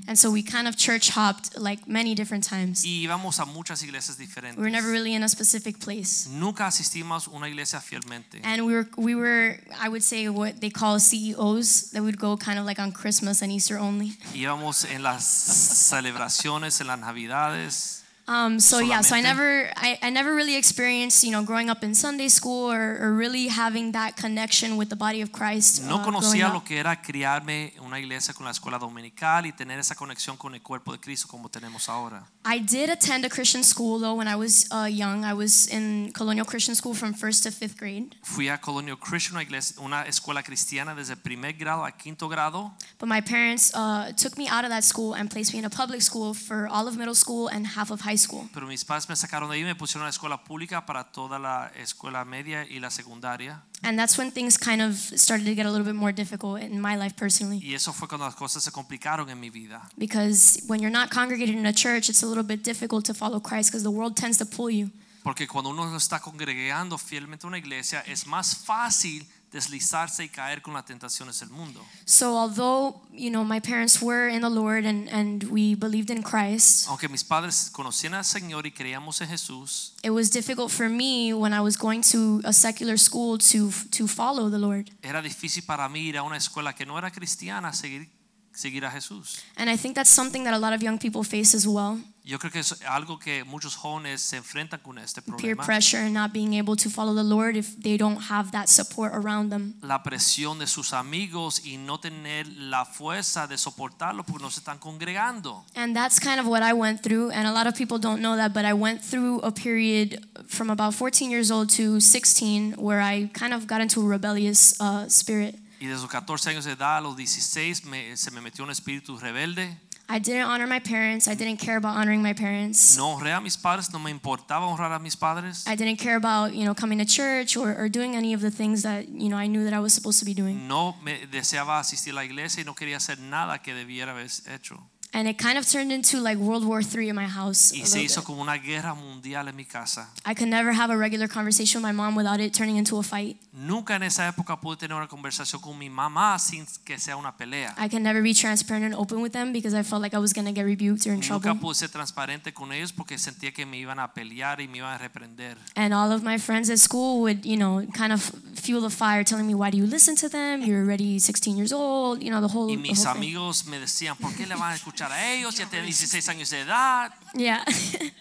Speaker 5: And so we kind of church hopped like many different times.
Speaker 2: Y íbamos a muchas iglesias
Speaker 5: We were never
Speaker 2: diferentes.
Speaker 5: really in a specific place.
Speaker 2: Nunca asistimos a una iglesia fielmente.
Speaker 5: And we were, we were, I would say, what they call CEOs, that would go kind of like on Christmas and Easter only.
Speaker 2: Íbamos en las celebraciones, en las navidades.
Speaker 5: Um, so yeah, so I
Speaker 2: Solamente.
Speaker 5: never, I, I never really experienced, you know, growing up in Sunday school or, or really having that connection with the body of Christ.
Speaker 2: No
Speaker 5: uh, growing
Speaker 2: conocía
Speaker 5: up.
Speaker 2: lo que era criarme en una iglesia con la escuela dominical y tener esa conexión con el cuerpo de Cristo como tenemos ahora.
Speaker 5: I did attend a Christian school though when I was uh, young. I was in Colonial Christian School from first to fifth grade.
Speaker 2: Fui a Colonial Christian, una, iglesia- una escuela cristiana desde primer grado a quinto grado.
Speaker 5: But my parents uh, took me out of that school and placed me in a public school for all of middle school and half of high school.
Speaker 2: Pero mis padres me sacaron de ahí y me pusieron a la escuela pública para toda la escuela media y la secundaria.
Speaker 5: And that's when things kind of started to get a little bit more difficult in my life personally.
Speaker 2: Y eso fue cuando las cosas se complicaron en mi vida.
Speaker 5: Because when you're not congregated in a church, it's a little bit difficult to follow Christ because the world tends to pull you.
Speaker 2: Porque cuando uno no está congregando fielmente a una iglesia, es más fácil deslizarse y caer con las tentaciones del mundo.
Speaker 5: So although you know my parents were in the Lord and and we believed in Christ,
Speaker 2: Aunque mis padres conocían al Señor y creíamos en Jesús,
Speaker 5: it was difficult for me when I was going to a secular school to to follow the Lord.
Speaker 2: era difícil para mí ir a una escuela que no era cristiana seguir, seguir a Jesús.
Speaker 5: And I think that's something that a lot of young people face as well:
Speaker 2: Yo creo que es algo que muchos jóvenes se enfrentan con este
Speaker 5: peer
Speaker 2: problema.
Speaker 5: pressure and not being able to follow the Lord if they don't have that support around them.
Speaker 2: la presión de sus amigos y no tener la fuerza de soportarlo porque no se están congregando.
Speaker 5: And that's kind of what I went through. And a lot of people don't know that, but I went through a period from about 14 years old to 16 where I kind of got into a rebellious uh, spirit.
Speaker 2: Y desde los 14 años de edad a los 16 me- se me metió un espíritu rebelde.
Speaker 5: I didn't honor my parents. I didn't care about honoring my parents.
Speaker 2: No honré a mis padres, no me importaba honrar a mis padres.
Speaker 5: I didn't care about, you know, coming to church or, or doing any of the things that, you know, I knew that I was supposed to be doing.
Speaker 2: No me deseaba asistir a la iglesia y no quería hacer nada que debiera haber hecho.
Speaker 5: And it kind of turned into like World War III in my house. a
Speaker 2: Y se
Speaker 5: little
Speaker 2: hizo
Speaker 5: bit.
Speaker 2: como una guerra mundial en mi casa.
Speaker 5: I could never have a regular conversation with my mom without it turning into a fight.
Speaker 2: Nunca en esa época pude tener una conversación con mi mamá sin que sea una pelea.
Speaker 5: I could never be transparent and open with them because I felt like I was going to get rebuked or in
Speaker 2: Nunca
Speaker 5: trouble.
Speaker 2: pude ser transparente con ellos porque sentía que me iban a pelear y me iban a reprender.
Speaker 5: And all of my friends at school would, you know, kind of fuel the fire, telling me, "Why do you listen to them? You're already 16 years old." You know, the whole.
Speaker 2: Y
Speaker 5: The
Speaker 2: mis
Speaker 5: whole thing.
Speaker 2: amigos me decían, ¿por qué le van a escuchar a ellos? Ya tienen 16 años de edad.
Speaker 5: Yeah.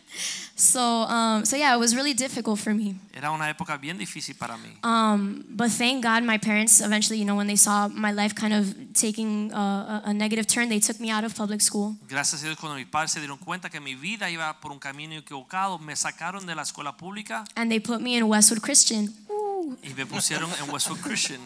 Speaker 5: so, um, so yeah, it was really difficult for me.
Speaker 2: Era una época bien difícil para mí.
Speaker 5: Um, But thank God, my parents eventually, you know, when they saw my life kind of taking a, a a negative turn, they took me out of public school.
Speaker 2: Gracias a Dios cuando mis padres se dieron cuenta que mi vida iba por un camino equivocado, me sacaron de la escuela pública
Speaker 5: And they put me in Westwood Christian.
Speaker 2: y me pusieron en Westwood Christian.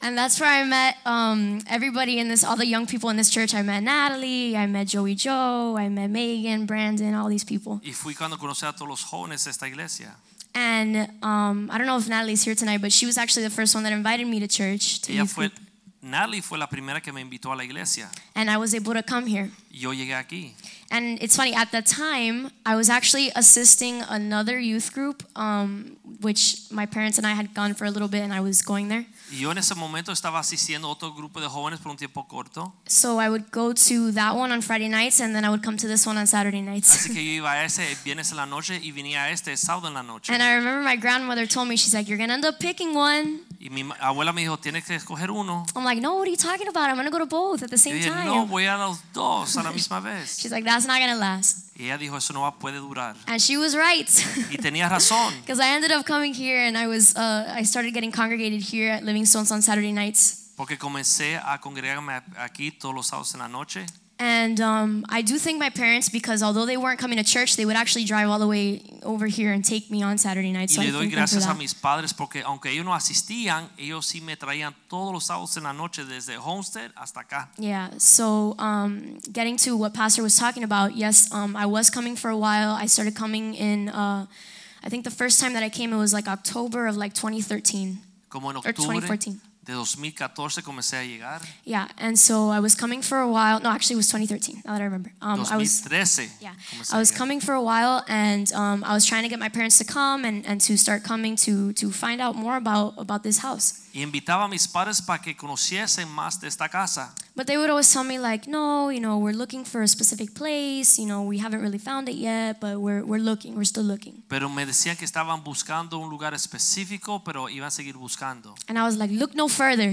Speaker 5: And that's where I met um, everybody in this, all the young people in this church. I met Natalie, I met Joey Joe, I met Megan, Brandon, all these people.
Speaker 2: Y fui cuando conocí a todos los jóvenes de esta iglesia.
Speaker 5: And um, I don't know if Natalie's here tonight, but she was actually the first one that invited me to church. To
Speaker 2: Ella
Speaker 5: youth
Speaker 2: fue,
Speaker 5: group.
Speaker 2: Natalie fue la primera que me invitó a la iglesia.
Speaker 5: and I was able to come here.
Speaker 2: Y Yo llegué aquí.
Speaker 5: And it's funny, at that time, I was actually assisting another youth group, um, which my parents and I had gone for a little bit, and I was going there.
Speaker 2: Y yo en ese momento estaba asistiendo a otro grupo de jóvenes por un tiempo corto.
Speaker 5: So I would go to that one on Friday nights, and then I would come to this one on Saturday nights.
Speaker 2: Así que yo iba a ese el viernes en la noche y venía a este el sábado en la noche.
Speaker 5: And I remember my grandmother told me, she's like, You're gonna end up picking one.
Speaker 2: Y mi ma- abuela me dijo, tienes que escoger uno.
Speaker 5: I'm like, no, what are you talking about? I'm gonna go to both at the
Speaker 2: Y
Speaker 5: same
Speaker 2: dije,
Speaker 5: time.
Speaker 2: no, voy a los dos a la misma vez.
Speaker 5: She's like, that's not gonna last.
Speaker 2: Y ella dijo, eso no va, puede durar.
Speaker 5: And she was right.
Speaker 2: Y tenía razón.
Speaker 5: Because I ended up coming here and I was, uh, I started getting congregated here at Livingstone's on Saturday nights.
Speaker 2: Porque comencé a congregarme aquí todos los sábados en la noche.
Speaker 5: And um, I do thank my parents because although they weren't coming to church, they would actually drive all the way over here and take me on Saturday
Speaker 2: Y
Speaker 5: nights. So I
Speaker 2: le doy
Speaker 5: thank them for
Speaker 2: gracias a
Speaker 5: that.
Speaker 2: mis padres porque aunque ellos no asistían, ellos sí me traían todos los sábados en la noche desde Homestead hasta acá.
Speaker 5: Yeah, so um, getting to what Pastor was talking about, yes, um, I was coming for a while. I started coming in, uh, I think the first time that I came, it was like October of like 2013.
Speaker 2: Como en
Speaker 5: Or
Speaker 2: octubre
Speaker 5: 2014.
Speaker 2: de 2014 comencé a llegar.
Speaker 5: Yeah, and so I was coming for a while. No, actually, it was 2013, now that I remember. Um, I was.
Speaker 2: 2013
Speaker 5: Yeah,
Speaker 2: comencé
Speaker 5: I
Speaker 2: a
Speaker 5: was
Speaker 2: llegar.
Speaker 5: coming for a while, and um, I was trying to get my parents to come and, and to start coming to to find out more about about this house.
Speaker 2: Y invitaba a mis padres para que conociesen más de esta casa.
Speaker 5: But they would always tell me like, no, you know, we're looking for a specific place. You know, we haven't really found it yet, but we're we're looking. We're still looking.
Speaker 2: Pero me decían que estaban buscando un lugar específico, pero iban a seguir buscando.
Speaker 5: And I was like, look no further.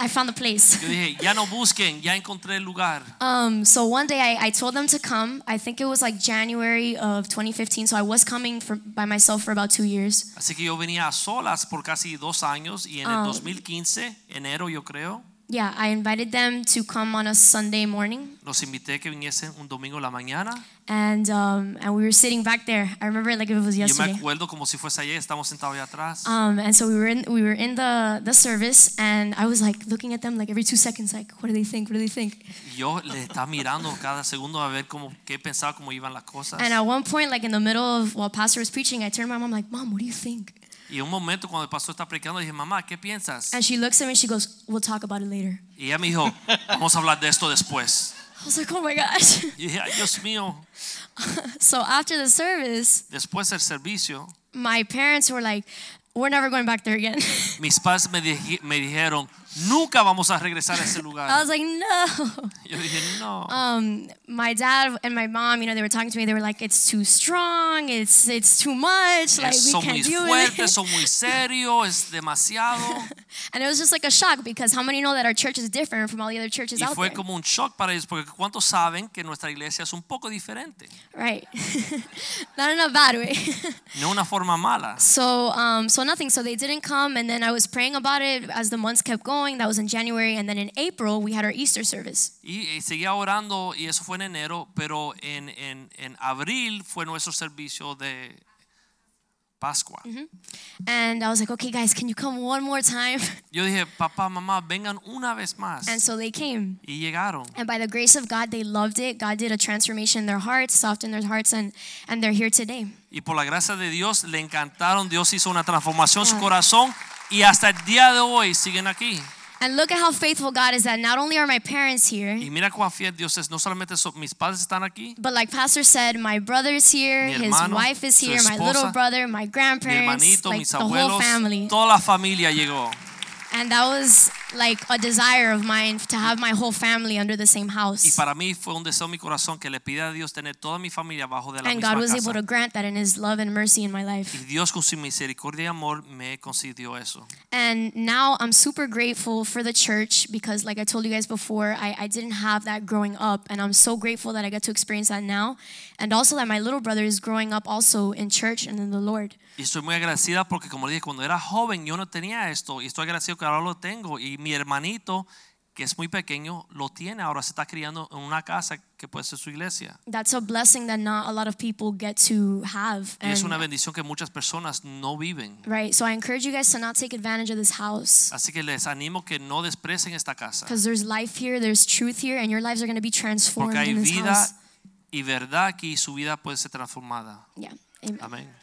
Speaker 5: I found the place.
Speaker 2: Yo dije, ya no busquen, ya encontré el lugar.
Speaker 5: Um, so one day I, I told them to come. I think it was like January of 2015. So I was coming for, by myself for about two years.
Speaker 2: Así que yo venía a solas por casi dos años y en el
Speaker 5: Ah.
Speaker 2: 2015, enero yo creo,
Speaker 5: Yeah, I invited them to come on a Sunday morning.
Speaker 2: los invité que viniesen un domingo en la mañana.
Speaker 5: And, um, and we were sitting back there. I remember it like it was
Speaker 2: Yo me
Speaker 5: yesterday.
Speaker 2: acuerdo como si fuese ayer, estamos sentados allá atrás.
Speaker 5: Um, and so we were in, we were in the, the service and I was like looking at them like every two seconds, like, what do they think? What do they think?
Speaker 2: Y yo le estaba mirando cada segundo a ver cómo, qué pensaba, cómo iban las cosas.
Speaker 5: And at one point, like in the middle of while pastor was preaching, I turned to my mom like, mom, what do you think?
Speaker 2: Y un momento cuando el pastor está predicando, dije, mamá, ¿qué piensas?
Speaker 5: And she looks at me and she goes, we'll talk about it later.
Speaker 2: Y ella me dijo, vamos a hablar de esto después.
Speaker 5: I was like, oh my gosh.
Speaker 2: Y dije, ay Dios mío,
Speaker 5: So after the service,
Speaker 2: después del servicio,
Speaker 5: my parents were like, we're never going back there again.
Speaker 2: mis padres me, dije- me dijeron, nunca vamos a regresar a ese
Speaker 5: I
Speaker 2: lugar.
Speaker 5: was like, no. Um,
Speaker 2: Yo dije, no.
Speaker 5: My dad and my mom, you know, they were talking to me. They were like, it's too strong. It's it's too much. Like
Speaker 2: Es-
Speaker 5: we
Speaker 2: son muy
Speaker 5: can't do
Speaker 2: fuertes,
Speaker 5: it.
Speaker 2: son muy serios, es demasiado.
Speaker 5: And it was just like a shock because how many know that our church is different from all the other churches
Speaker 2: Y
Speaker 5: out
Speaker 2: fue
Speaker 5: there?
Speaker 2: como un shock para ellos, porque ¿cuántos saben que nuestra iglesia es un poco diferente?
Speaker 5: Right. Not in a bad way.
Speaker 2: No una forma mala.
Speaker 5: so um, so nothing. So they didn't come, and then I was praying about it as the months kept going. That was in January, and then in April we had our Easter service.
Speaker 2: Y, eh, seguía orando, y eso fue en enero, pero en, en- en abril fue nuestro servicio de Pascua.
Speaker 5: And I was like, okay, guys, can you come one more time?
Speaker 2: Yo dije, papá, mamá, vengan una vez más.
Speaker 5: And so they came.
Speaker 2: Y llegaron.
Speaker 5: And by the grace of God, they loved it. God did a transformation in their hearts, softened their hearts, and, and they're here today.
Speaker 2: Y por la gracia de Dios le encantaron. Dios hizo una transformación en
Speaker 5: Ah.
Speaker 2: su corazón. Y hasta el día de hoy siguen aquí.
Speaker 5: And look at how faithful God is that not only are my parents here,
Speaker 2: Y mira cuán fiel Dios es. No solamente so- mis padres están aquí,
Speaker 5: but like Pastor said, my brother's here,
Speaker 2: Mi
Speaker 5: his
Speaker 2: hermano,
Speaker 5: wife is
Speaker 2: su
Speaker 5: here, my little
Speaker 2: esposa,
Speaker 5: brother, my
Speaker 2: mi
Speaker 5: grandparents,
Speaker 2: hermanito,
Speaker 5: like
Speaker 2: mis
Speaker 5: the whole
Speaker 2: abuelos,
Speaker 5: family.
Speaker 2: toda la familia llegó.
Speaker 5: And that was like a desire of mine to have my whole family under the same
Speaker 2: Y
Speaker 5: house.
Speaker 2: para mí fue un deseo en mi corazón que le pida a Dios tener toda mi familia bajo de la
Speaker 5: And
Speaker 2: misma
Speaker 5: God was
Speaker 2: casa.
Speaker 5: able to grant that in his love and mercy in
Speaker 2: Y
Speaker 5: my life.
Speaker 2: Dios con su misericordia y amor me concedió eso.
Speaker 5: And now I'm super grateful for the church because, like I told you guys before, I, I didn't have that growing up. And I'm so grateful that I get to experience that now. And also that my little brother is growing up also in church and in the Lord.
Speaker 2: Y estoy muy agradecida porque como le dije, cuando era joven yo no tenía esto y estoy agradecido que ahora lo tengo. Y mi hermanito, que es muy pequeño, lo tiene ahora, se está criando en una casa que puede ser su iglesia.
Speaker 5: That's a blessing that not a lot of people get to have.
Speaker 2: Y es una
Speaker 5: And,
Speaker 2: bendición que muchas personas no viven.
Speaker 5: right. So I encourage you guys to not take advantage of this house
Speaker 2: Así que les animo que no desprecien esta casa.
Speaker 5: because there's life here, there's truth here, and your lives are going to be transformed
Speaker 2: Porque hay
Speaker 5: in this
Speaker 2: vida
Speaker 5: house.
Speaker 2: y verdad aquí y su vida puede ser transformada.
Speaker 5: Yeah. Amen.
Speaker 2: Amén.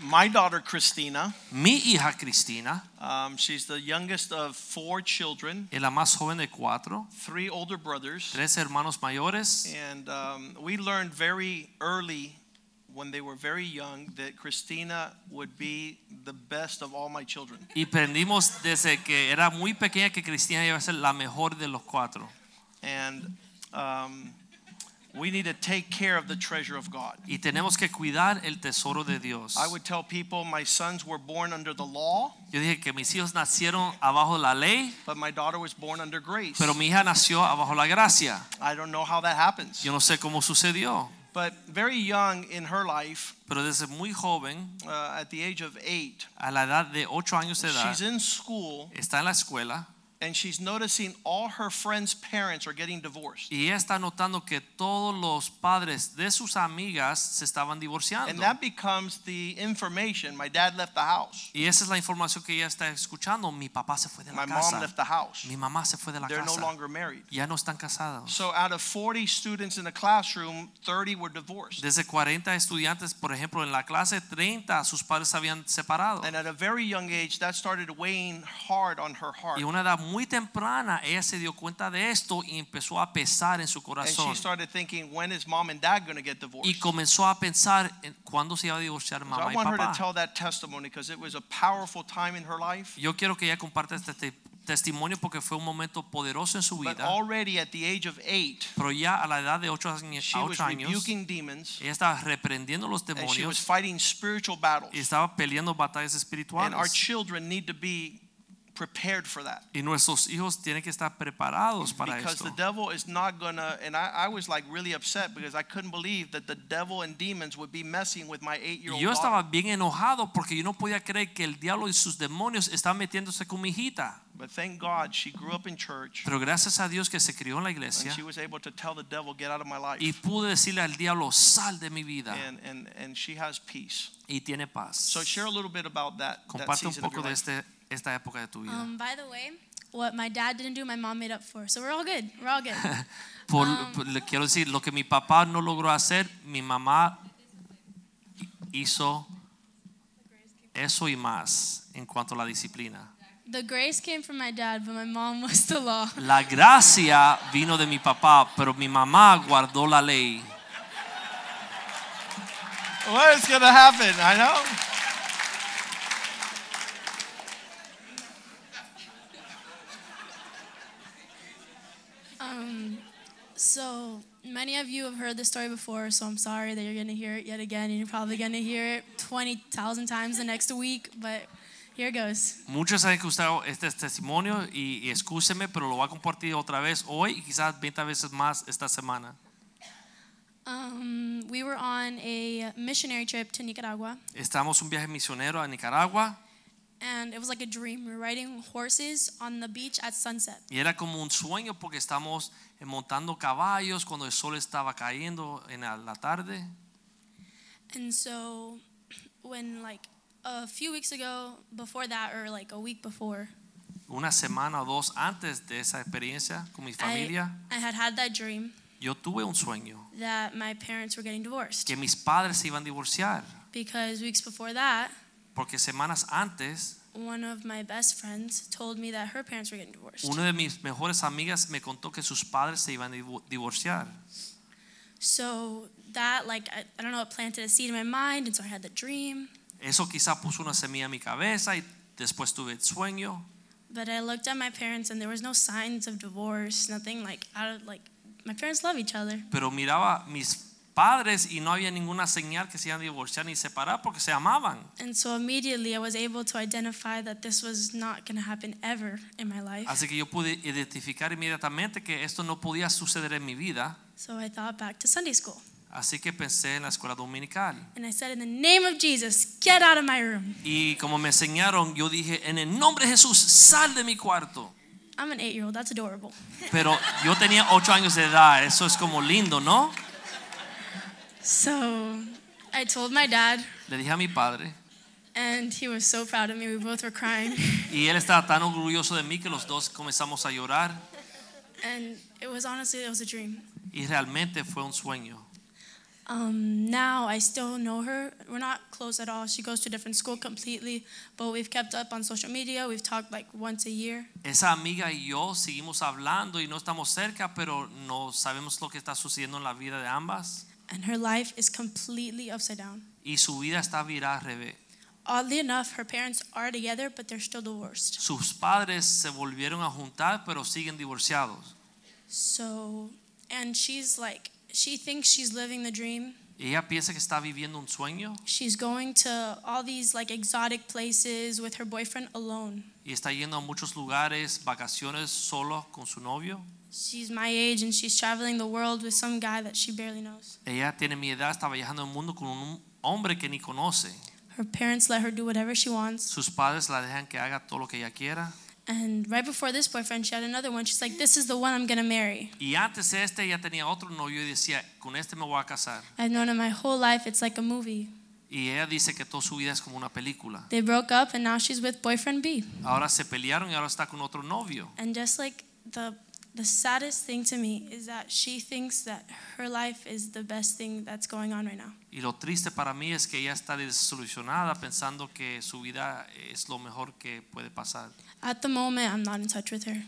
Speaker 1: My daughter Christina,
Speaker 2: Mi hija Cristina
Speaker 1: um, she's the youngest of four children,
Speaker 2: es la más joven de cuatro,
Speaker 1: three older brothers,
Speaker 2: tres hermanos mayores.
Speaker 1: and um, we learned very early when they were very young that Christina would be the best of all my children.
Speaker 2: Y aprendimos desde que era muy pequeña que Cristina iba a ser la mejor de los cuatro.
Speaker 1: And um, We need to take care of the treasure of God.
Speaker 2: y tenemos que cuidar el tesoro de Dios.
Speaker 1: I would tell people my sons were born under the law,
Speaker 2: Yo dije que mis hijos nacieron abajo de la ley,
Speaker 1: but my daughter was born under grace.
Speaker 2: pero mi hija nació abajo de la gracia.
Speaker 1: I don't know how that happens.
Speaker 2: Yo no sé cómo sucedió,
Speaker 1: But very young in her life,
Speaker 2: pero desde muy joven,
Speaker 1: uh, at the age of eight,
Speaker 2: a la edad de 8 años de edad,
Speaker 1: she's in school
Speaker 2: está en la escuela
Speaker 1: and she's noticing all her friends' parents are getting divorced.
Speaker 2: y ella está notando que todos los padres de sus amigas se estaban
Speaker 1: And
Speaker 2: divorciando.
Speaker 1: that becomes the information. My dad left the house.
Speaker 2: Y esa es la información que ella está escuchando. Mi papá se fue de
Speaker 1: My
Speaker 2: la
Speaker 1: mom
Speaker 2: casa.
Speaker 1: left the house.
Speaker 2: Mi mamá se fue de la
Speaker 1: They're no
Speaker 2: casa.
Speaker 1: longer married.
Speaker 2: Ya no están casados.
Speaker 1: So out of 40 students in the classroom, 30 were divorced.
Speaker 2: Desde 40 estudiantes, por ejemplo, en la clase 30 sus padres se habían separado.
Speaker 1: And at a very young age, that started weighing hard on her heart.
Speaker 2: Y a una edad muy temprana ella se dio cuenta de esto y empezó a pesar en su
Speaker 1: And she
Speaker 2: corazón.
Speaker 1: started thinking, when is mom and dad going to get divorced?
Speaker 2: Y comenzó a pensar en cuándo se iba a divorciar
Speaker 1: So
Speaker 2: mamá
Speaker 1: I
Speaker 2: y
Speaker 1: want her to
Speaker 2: papá.
Speaker 1: tell that testimony because it was a powerful time in her life.
Speaker 2: Yo quiero que ella comparta este te- testimonio porque fue un momento poderoso en su
Speaker 1: But
Speaker 2: vida.
Speaker 1: already at the age of eight,
Speaker 2: Pero ya a la edad de 8
Speaker 1: she was
Speaker 2: años,
Speaker 1: rebuking demons
Speaker 2: ella estaba reprendiendo los
Speaker 1: and she was
Speaker 2: demonios
Speaker 1: fighting spiritual battles.
Speaker 2: y estaba peleando batallas
Speaker 1: And our
Speaker 2: espirituales.
Speaker 1: children need to be prepared for that
Speaker 2: Y nuestros hijos tienen que estar preparados para
Speaker 1: because the
Speaker 2: esto.
Speaker 1: devil is not going to. And I, I was like really upset because I couldn't believe that the devil and demons would be messing with my eight year
Speaker 2: Y
Speaker 1: old
Speaker 2: yo estaba
Speaker 1: daughter.
Speaker 2: bien enojado porque yo no podía creer que el diablo y sus demonios están metiéndose con mi hijita.
Speaker 1: But thank God she grew up in church
Speaker 2: Pero gracias a Dios que se crió en la
Speaker 1: and
Speaker 2: iglesia
Speaker 1: she was able to tell the devil, Get out of my
Speaker 2: y
Speaker 1: life.
Speaker 2: pude decirle al diablo, sal de mi vida
Speaker 1: And, and, and she has peace.
Speaker 2: y tiene paz.
Speaker 1: So share a little bit about that, that
Speaker 2: Comparte un
Speaker 1: season of
Speaker 2: poco
Speaker 1: your
Speaker 2: de
Speaker 1: life.
Speaker 2: este, esta época de tu vida.
Speaker 6: Um, by the way, what my dad didn't do, my mom made up for. So we're all good. We're all good.
Speaker 2: Por- por- le quiero decir, lo que mi papá no logró hacer, mi mamá hizo eso y más en cuanto a la disciplina.
Speaker 6: the grace came from my dad, but my mom was the law.
Speaker 2: La gracia vino de mi papá, pero mi mamá guardó la ley.
Speaker 1: What is going to happen? I know.
Speaker 6: Um, So many of you have heard this story before, so I'm sorry that you're going to hear it yet again, and you're probably going to hear it 20,000 times the next week, but here goes.
Speaker 2: Muchos han escuchado este testimonio y, y escúcheme, pero lo voy a compartir otra vez hoy y quizás 20 veces más esta semana.
Speaker 6: Um, we were on a missionary trip to Nicaragua,
Speaker 2: Estamos un viaje misionero a Nicaragua
Speaker 6: and it was like a dream. We were riding horses on the beach at sunset.
Speaker 2: y era como un sueño porque estamos eh, montando caballos cuando el sol estaba cayendo en la- la tarde.
Speaker 6: And so, when like a few weeks ago, before that, or like a week before,
Speaker 2: Una semana o dos antes de esa experiencia con mi
Speaker 6: I,
Speaker 2: familia,
Speaker 6: I had had that dream
Speaker 2: yo tuve un sueño
Speaker 6: that my parents were getting divorced
Speaker 2: que mis padres se iban a divorciar
Speaker 6: because weeks before that,
Speaker 2: porque semanas antes
Speaker 6: one of my best friends told me that her parents were getting divorced.
Speaker 2: una de mis mejores amigas me contó que sus padres se iban a divo- divorciar.
Speaker 6: So that like I, I don't know, it planted a seed in my mind, and so I had the dream.
Speaker 2: Eso quizá puso una semilla en mi cabeza y después tuve el sueño.
Speaker 6: But I looked at my parents, and there was no signs of divorce, nothing like out of like my parents love each other.
Speaker 2: Pero miraba mis padres y no había ninguna señal que se iban a divorciar ni separar porque se amaban.
Speaker 6: And so immediately I was able to identify that this was not going to happen ever in my life.
Speaker 2: Así que yo pude identificar inmediatamente que esto no podía suceder en mi vida.
Speaker 6: So I thought back to Sunday school.
Speaker 2: Así que pensé en la escuela dominical.
Speaker 6: And I said, In the name of Jesus, get out of my room.
Speaker 2: Y como me enseñaron, yo dije, en el nombre de Jesús, sal de mi cuarto.
Speaker 6: I'm an eight year old. That's adorable.
Speaker 2: Pero yo tenía ocho años de edad, eso es como lindo, ¿no?
Speaker 6: So I told my dad,
Speaker 2: Le dije a mi padre,
Speaker 6: and he was so proud of me. We both were crying.
Speaker 2: y él estaba tan orgulloso de mí que los dos comenzamos a llorar,
Speaker 6: and it was honestly, it was a dream.
Speaker 2: y realmente fue un sueño.
Speaker 6: Um, now I still know her. We're not close at all. She goes to a different school completely, but we've kept up on social media. We've talked like once a year.
Speaker 2: Esa amiga y yo seguimos hablando y no estamos cerca, pero no sabemos lo que está sucediendo en la vida de ambas,
Speaker 6: And her life is completely upside down.
Speaker 2: y su vida está virada al revés.
Speaker 6: Oddly enough, her parents are together, but they're still divorced.
Speaker 2: Sus padres se volvieron a juntar, pero siguen divorciados.
Speaker 6: So, and she's like, She thinks she's living the dream.
Speaker 2: Y ella piensa que está viviendo un sueño
Speaker 6: She's going to all these like exotic places with her boyfriend alone.
Speaker 2: y está yendo a muchos lugares, vacaciones solo con su novio.
Speaker 6: She's my age and she's traveling the world with some guy that she barely knows.
Speaker 2: Ella tiene mi edad, está viajando el mundo con un hombre que ni conoce.
Speaker 6: Her parents let her do whatever she wants.
Speaker 2: Sus padres la dejan que haga todo lo que ella quiera.
Speaker 6: And right before this boyfriend, she had another one. She's like, This is the one I'm gonna marry.
Speaker 2: Y antes de este ella tenía otro novio y decía, con este me voy a casar.
Speaker 6: I've known him my whole life. It's like a movie.
Speaker 2: Y ella dice que toda su vida es como una película.
Speaker 6: They broke up and now she's with boyfriend B.
Speaker 2: Ahora se pelearon y ahora está con otro novio.
Speaker 6: And just like the the saddest thing to me is that she thinks that her life is the best thing that's going on right now.
Speaker 2: Y lo triste para mí es que ella está desilusionada pensando que su vida es lo mejor que puede pasar.
Speaker 6: At the moment, I'm not in touch with her.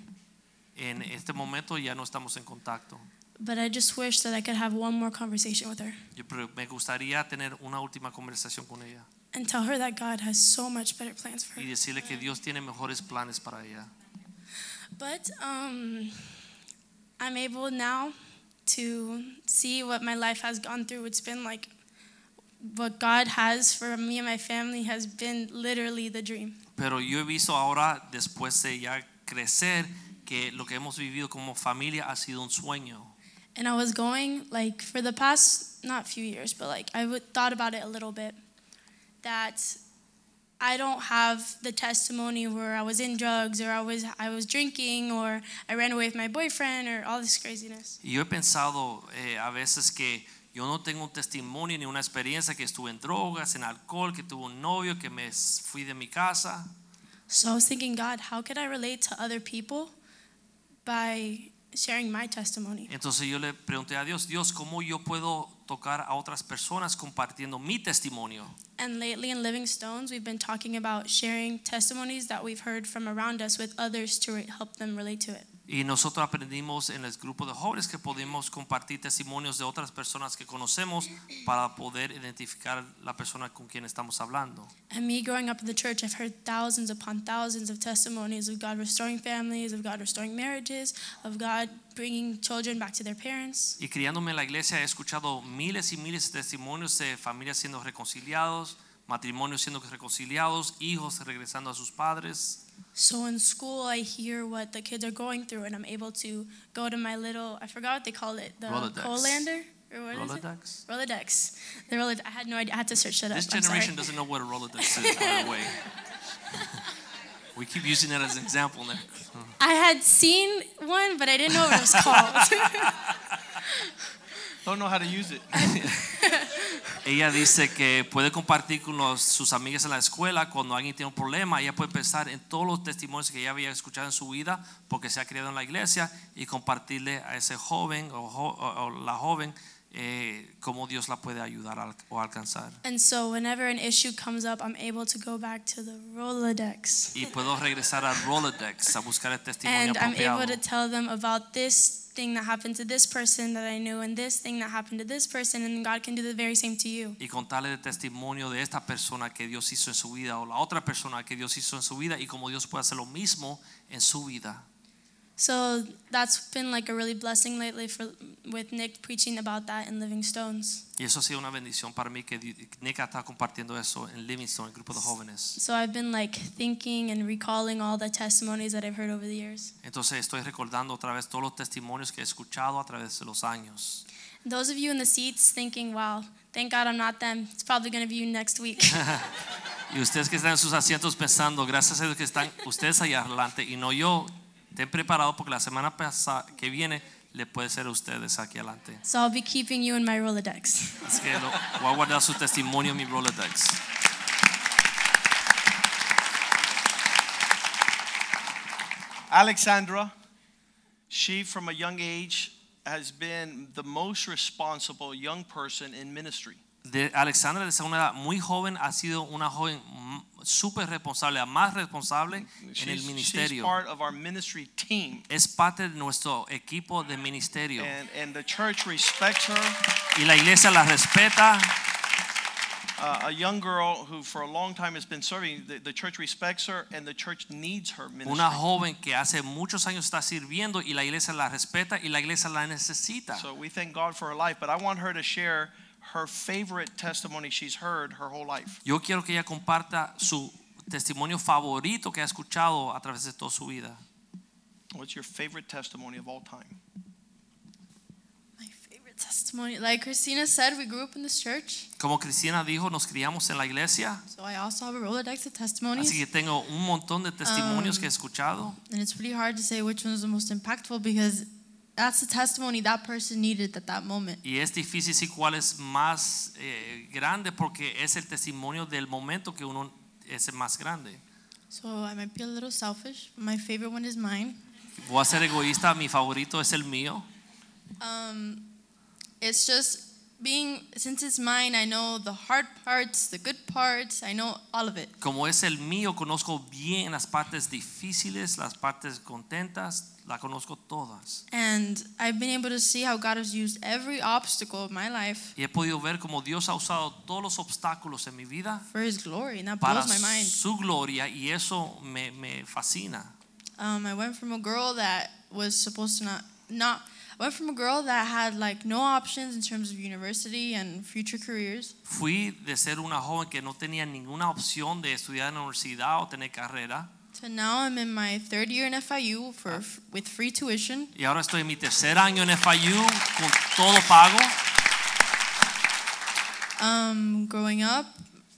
Speaker 2: En este momento ya no estamos en contacto.
Speaker 6: But I just wish that I could have one more conversation with her
Speaker 2: Yo pero me gustaría tener una última conversación con ella
Speaker 6: and tell her that God has so much better plans for
Speaker 2: y
Speaker 6: her.
Speaker 2: decirle que Dios tiene mejores planes para ella.
Speaker 6: But um, I'm able now to see what my life has gone through. It's been like what God has for me and my family has been literally the dream.
Speaker 2: Pero yo he visto ahora, después de ya crecer, que lo que hemos vivido como familia ha sido un sueño.
Speaker 6: And I was going like for the past not few years, but like I would, thought about it a little bit that I don't have the testimony where I was in drugs or I was I was drinking or I ran away with my boyfriend or all this craziness.
Speaker 2: Y yo he pensado eh, a veces que yo no tengo un testimonio ni una experiencia que estuve en drogas, en alcohol, que tuve un novio, que me s- fui de mi casa.
Speaker 6: So I was thinking, God, how could I relate to other people by sharing my testimony?
Speaker 2: Entonces yo le pregunté a Dios, Dios, ¿cómo yo puedo tocar a otras personas compartiendo mi testimonio?
Speaker 6: And lately in Living Stones, we've been talking about sharing testimonies that we've heard from around us with others to re- help them relate to it.
Speaker 2: Y nosotros aprendimos en el grupo de jóvenes que podemos compartir testimonios de otras personas que conocemos para poder identificar la persona con quien estamos hablando.
Speaker 6: And me growing up in the church, I've heard thousands upon thousands of testimonies of God restoring families, of God restoring marriages, of God bringing children back to their parents.
Speaker 2: Y criándome en la iglesia he escuchado miles y miles de testimonios de familias siendo reconciliados, matrimonios siendo reconciliados, hijos regresando a sus padres.
Speaker 6: So in school, I hear what the kids are going through, and I'm able to go to my little, I forgot what they call it, the
Speaker 2: Rolodex.
Speaker 6: Colander? Or what is
Speaker 2: Rolodex.
Speaker 6: it? Rolodex. The Rolodex. I had no idea. I had to search that
Speaker 2: This
Speaker 6: up. I'm sorry.
Speaker 2: generation doesn't know what a Rolodex is, by the way. We keep using that as an example now.
Speaker 6: I had seen one, but I didn't know what it was called.
Speaker 1: Don't know how to use it.
Speaker 2: Ella dice que puede compartir con los- sus amigas en la escuela cuando alguien tiene un problema. Ella puede pensar en todos los testimonios que ella había escuchado en su vida porque se ha criado en la iglesia y compartirle a ese joven o, jo- o- o la joven eh, cómo Dios la puede ayudar al- o alcanzar.
Speaker 6: and so whenever an issue comes up, I'm able to go back to the Rolodex.
Speaker 2: Y puedo regresar a Rolodex a buscar el testimonio
Speaker 6: and I'm able to
Speaker 2: apropiado.
Speaker 6: tell them about this thing that happened to this person that I knew, and this thing that happened to this person, and God can do the very same to you.
Speaker 2: Y contarle el testimonio de esta persona que Dios hizo en su vida o la otra persona que Dios hizo en su vida y cómo Dios puede hacer lo mismo en su vida.
Speaker 6: So that's been like a really blessing lately for with Nick preaching about that in Living Stones.
Speaker 2: Y eso ha sido una bendición para mí que Di- Nick está compartiendo eso en Livingstone, el grupo de jóvenes.
Speaker 6: So I've been like thinking and recalling all the testimonies that I've heard over the years.
Speaker 2: Entonces estoy recordando otra vez todos los testimonios que he escuchado a través de los años.
Speaker 6: Those of you in the seats thinking, "Wow, thank God I'm not them. It's probably going to be you next week."
Speaker 2: Y ustedes que están en sus asientos pensando, gracias a Dios que están ustedes allá adelante y no yo, estén preparados porque la semana pasa- que viene le puede ser a ustedes aquí adelante.
Speaker 6: so I'll be keeping you in my Rolodex.
Speaker 2: Así que lo- voy a guardar su testimonio en mi Rolodex.
Speaker 1: Alexandra, she from a young age has been the most responsible young person in ministry.
Speaker 2: de Alexandra desde una edad muy joven ha sido una joven m- súper responsable, la más responsable en el
Speaker 1: She's, she's
Speaker 2: ministerio.
Speaker 1: part of our ministry team,
Speaker 2: es parte de nuestro equipo de ministerio
Speaker 1: and, and the church respects her.
Speaker 2: y la iglesia la respeta
Speaker 1: uh, a young girl who for a long time has been serving. The, the church respects her and the church needs her ministry.
Speaker 2: Una joven que hace muchos años está sirviendo y la iglesia la respeta y la iglesia la necesita.
Speaker 1: So we thank God for her life, but I want her to share her favorite testimony she's heard her whole life.
Speaker 2: Yo quiero que ella comparta su testimonio favorito que ha escuchado a través de toda su vida.
Speaker 1: What's your favorite testimony of all time?
Speaker 7: My favorite testimony. Like Christina said, we grew up in this church,
Speaker 2: Como Cristina dijo, nos criamos en la iglesia,
Speaker 7: so I also have a Rolodex of
Speaker 2: así
Speaker 7: testimonies.
Speaker 2: que tengo un montón de testimonios que he escuchado.
Speaker 7: And it's pretty hard to say which one is the most impactful because that's the testimony that person needed at that moment.
Speaker 2: Y es difícil si cuál es más eh, grande porque es el testimonio del momento que uno es el más grande.
Speaker 7: So I might be a little selfish, but my favorite one is mine.
Speaker 2: Voy a ser egoísta, mi favorito es el mío.
Speaker 7: Um, it's just being, since it's mine, I know the hard parts, the good parts, I know all of it.
Speaker 2: Como es el mío, conozco bien las partes difíciles, las partes contentas, las conozco todas.
Speaker 7: And I've been able to see how God has used every obstacle of my life
Speaker 2: Y he podido ver cómo Dios ha usado todos los obstáculos en mi vida
Speaker 7: for His glory, and that
Speaker 2: para
Speaker 7: blows my mind.
Speaker 2: su gloria y eso me, me fascina.
Speaker 7: Um, I went from a girl that was supposed to not not. I went from a girl that had like no options in terms of university and future careers
Speaker 2: Fui de ser una joven que no tenía ninguna opción de estudiar en la universidad o tener carrera
Speaker 7: to now I'm in my third year in FIU for f- with free tuition.
Speaker 2: y ahora estoy en mi tercer año en FIU con todo pago.
Speaker 7: Um, growing up,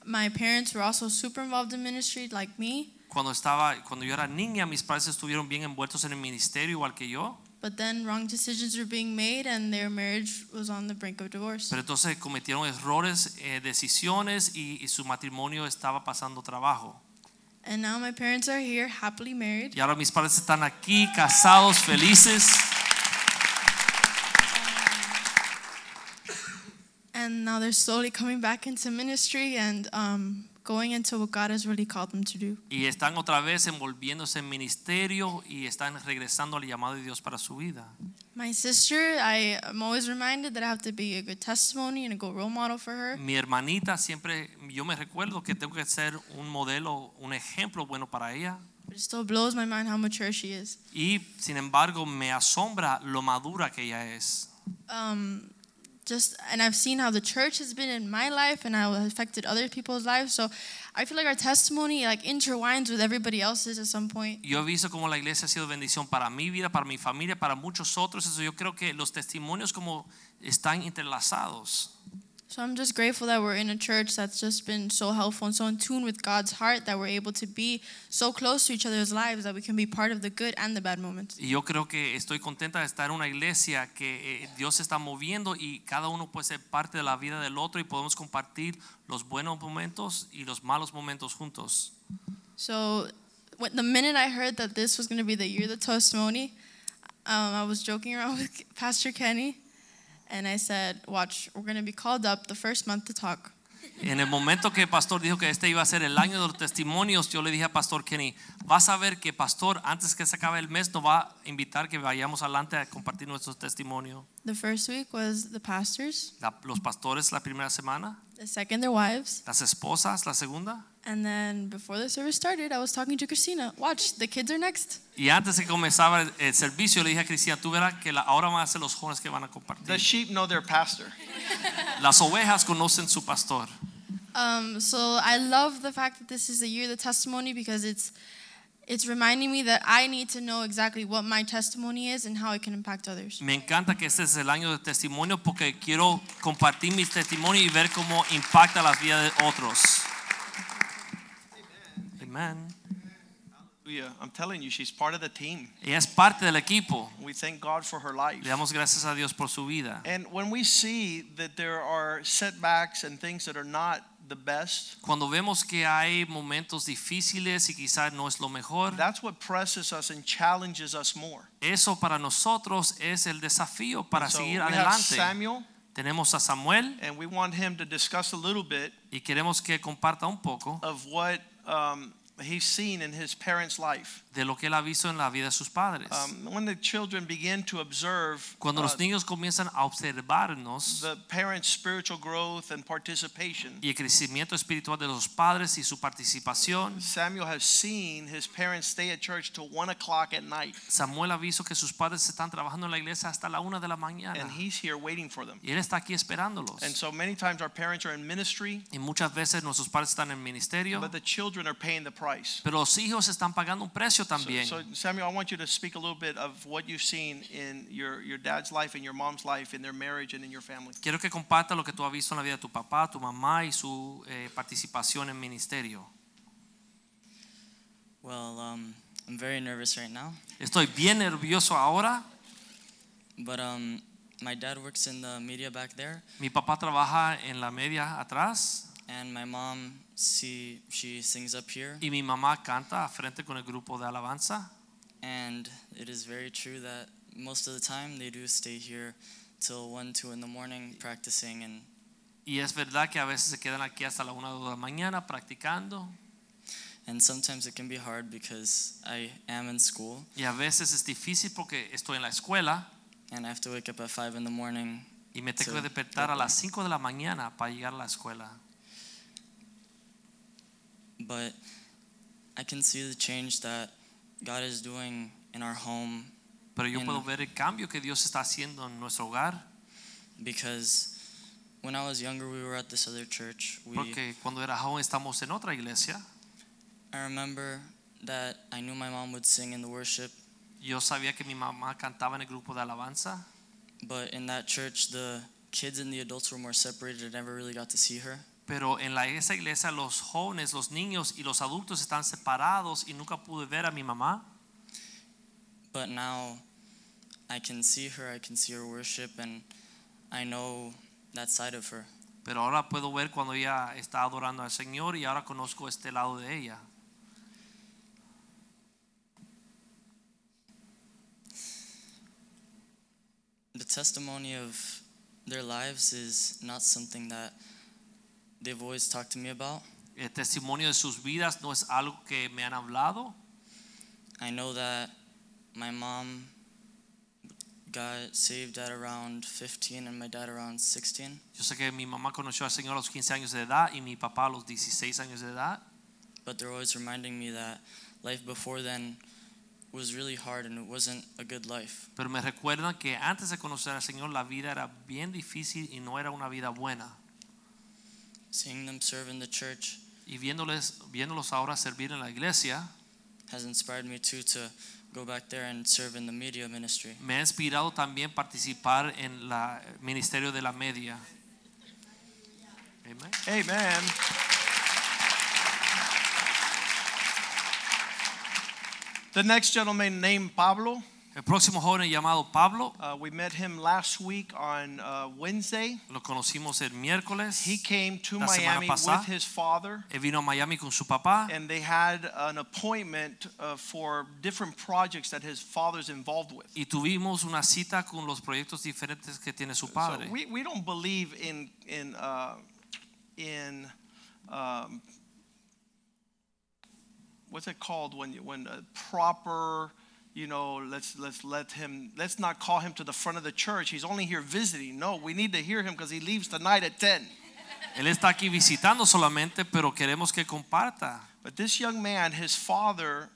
Speaker 7: my parents were also super involved in ministry like me,
Speaker 2: Cuando, estaba, cuando yo era niña, mis padres estuvieron bien envueltos en el ministerio igual que yo,
Speaker 7: but then wrong decisions were being made and their marriage was on the brink of divorce.
Speaker 2: pero entonces cometieron errores, eh, decisiones y, y su matrimonio estaba pasando trabajo.
Speaker 7: And now my parents are here happily married.
Speaker 2: Y ahora mis padres están aquí, casados, felices.
Speaker 7: And now they're slowly coming back into ministry and um, going into what God has really called them to do.
Speaker 2: y están otra vez envolviéndose en ministerio y están regresando al llamado de Dios para su vida.
Speaker 7: My sister, I am always reminded that I have to be a good testimony and a good role model for her.
Speaker 2: Mi hermanita siempre, yo me recuerdo que tengo que ser un modelo, un ejemplo bueno para ella.
Speaker 7: But it still blows my mind how mature she is.
Speaker 2: Y sin embargo me asombra lo madura que ella es.
Speaker 7: Um, just and I've seen how the church has been in my life and how it affected other people's lives. So I feel like our testimony like intertwines with everybody else's at some point.
Speaker 2: Yo he visto cómo la iglesia ha sido bendición para mi vida, para mi familia, para muchos otros. Eso yo creo que los testimonios como están entrelazados.
Speaker 7: So I'm just grateful that we're in a church that's just been so helpful and so in tune with God's heart that we're able to be so close to each other's lives that we can be part of the good and the bad moments.
Speaker 2: Y yo creo que estoy contenta de estar en una iglesia que eh, Dios se está moviendo y cada uno puede ser parte de la vida del otro y podemos compartir los buenos momentos y los malos momentos juntos.
Speaker 7: So when, the minute I heard that this was going to be the year of the testimony, um, I was joking around with Pastor Kenny, and I said, "Watch, we're going to be called up the first month to talk."
Speaker 2: En el momento que el pastor dijo que este iba a ser el año de los testimonios, yo le dije a pastor Kenny, vas a ver que pastor antes que se acabe el mes nos va a invitar que vayamos adelante a compartir nuestros testimonios.
Speaker 7: The first week was the pastors,
Speaker 2: La- los pastores la primera semana,
Speaker 7: the second their wives,
Speaker 2: las esposas la segunda.
Speaker 7: and then before the service started, I was talking to Christina. Watch, the kids are next.
Speaker 2: Y antes que comenzaba el, el servicio le dije a Cristina, tú verás que la- ahora van a ser los jóvenes que van a compartir.
Speaker 1: The sheep know their pastor.
Speaker 2: Las ovejas conocen su pastor.
Speaker 7: Um, so I love the fact that this is the year of the testimony because it's it's reminding me that I need to know exactly what my testimony is and how it can impact others.
Speaker 2: Me encanta que este es el año de testimonio porque quiero compartir mis testimonios y ver cómo impacta las vidas de otros. Amén.
Speaker 1: Yeah, I'm telling you, she's part of the team.
Speaker 2: Ella es parte del equipo.
Speaker 1: We thank God for her life.
Speaker 2: Le damos gracias a Dios por su vida.
Speaker 1: And when we see that there are setbacks and things that are not the best,
Speaker 2: Cuando vemos que hay momentos difíciles y quizás no es lo mejor,
Speaker 1: that's what presses us and challenges us more.
Speaker 2: eso para nosotros es el desafío para
Speaker 1: So we
Speaker 2: seguir
Speaker 1: have
Speaker 2: adelante.
Speaker 1: Samuel,
Speaker 2: Tenemos a Samuel
Speaker 1: and we want him to discuss a little bit
Speaker 2: y queremos que comparta un poco
Speaker 1: of what um, he's seen in his parents' life.
Speaker 2: de lo que él ha visto en la vida de sus padres.
Speaker 1: Um, when the children begin to observe
Speaker 2: Cuando
Speaker 1: uh,
Speaker 2: los niños comienzan a observarnos
Speaker 1: the parents' spiritual growth and participation,
Speaker 2: y el crecimiento espiritual de los padres y su participación,
Speaker 1: Samuel has seen his parents stay at church till one o'clock at night,
Speaker 2: Samuel ha visto que sus padres están trabajando en la iglesia hasta la una de la
Speaker 1: and
Speaker 2: mañana
Speaker 1: he's here waiting for them.
Speaker 2: y él está aquí esperándolos.
Speaker 1: And so many times our parents are in ministry,
Speaker 2: Y muchas veces nuestros padres están en el ministerio,
Speaker 1: but the children are paying the price.
Speaker 2: pero los hijos están pagando un precio
Speaker 1: So,
Speaker 2: también.
Speaker 1: so, Samuel, I want you to speak a little bit of what you've seen in your, your dad's life and your mom's life, in their marriage and in your family.
Speaker 2: Quiero que comparta lo que tú has visto en la vida de tu papá, tu mamá y su eh, participación en ministerio.
Speaker 8: Well, um, I'm very nervous right now,
Speaker 2: Estoy bien nervioso ahora.
Speaker 8: but um, my dad works in the media back there,
Speaker 2: Mi papá trabaja en la media atrás
Speaker 8: and my mom, she she sings up here,
Speaker 2: y mi mamá canta a frente con el grupo de alabanza.
Speaker 8: and it is very true that most of the time they do stay here till one, two in the morning practicing, and
Speaker 2: Y es verdad que a veces se quedan aquí hasta la una o 2 de la mañana practicando
Speaker 8: and sometimes it can be hard because I am in school
Speaker 2: y a veces es difícil porque estoy en la escuela
Speaker 8: and I have to wake up at five in the morning.
Speaker 2: y me tengo
Speaker 8: Sí.
Speaker 2: que despertar a las 5 de la mañana para llegar a la escuela.
Speaker 8: but I can see the change that God is doing in our home
Speaker 2: Pero yo
Speaker 8: En-
Speaker 2: puedo ver el cambio que Dios está haciendo en nuestro hogar
Speaker 8: because when I was younger, we were at this other church. We,
Speaker 2: porque cuando era joven estamos en otra iglesia.
Speaker 8: I remember that I knew my mom would sing in the worship,
Speaker 2: Yo sabía que mi mamá cantaba en el grupo de alabanza,
Speaker 8: but in that church, the kids and the adults were more separated. I never really got to see her.
Speaker 2: pero en la, esa iglesia los jóvenes, los niños y los adultos están separados y nunca pude ver a mi mamá.
Speaker 8: But now I can see her, I can see her worship, and I know that side of her.
Speaker 2: Pero ahora puedo ver cuando ella está adorando al Señor y ahora conozco este lado de ella.
Speaker 8: the testimony of their lives is not something that they've always talked to me about.
Speaker 2: El testimonio de sus vidas no es algo que me han hablado.
Speaker 8: I know that my mom got saved at around 15 and my dad around 16,
Speaker 2: Yo sé que mi mamá conoció al Señor a los 15 años de edad y mi papá a los 16 años de edad,
Speaker 8: but they're always reminding me that life before then was really hard and it wasn't a good life.
Speaker 2: pero me recuerdan que antes de conocer al Señor la vida era bien difícil y no era una vida buena.
Speaker 8: Seeing them serve in the church
Speaker 2: Y viéndoles, viéndolos ahora servir en la iglesia,
Speaker 8: has inspired me too to go back there and serve in the media ministry.
Speaker 2: me ha inspirado también participar en la- el ministerio de la media. Amen.
Speaker 1: Amen. The next gentleman named Pablo.
Speaker 2: El próximo joven llamado Pablo
Speaker 1: Uh, we met him last week on uh, Wednesday.
Speaker 2: Lo conocimos el miércoles.
Speaker 1: He came to
Speaker 2: La semana
Speaker 1: Miami
Speaker 2: pasada.
Speaker 1: with his father,
Speaker 2: Él vino a Miami con su papá
Speaker 1: and they had an appointment uh, for different projects that his father's involved with.
Speaker 2: y tuvimos una cita con los proyectos diferentes que tiene su
Speaker 1: So
Speaker 2: padre.
Speaker 1: we, we don't believe in in uh, in um, what's it called when you- when a proper you know let's let's let him let's not call him to the front of the church. He's only here visiting. No, we need to hear him because he leaves tonight at ten.
Speaker 2: Él está aquí visitando solamente, pero queremos que comparta.
Speaker 1: But this young man, his father,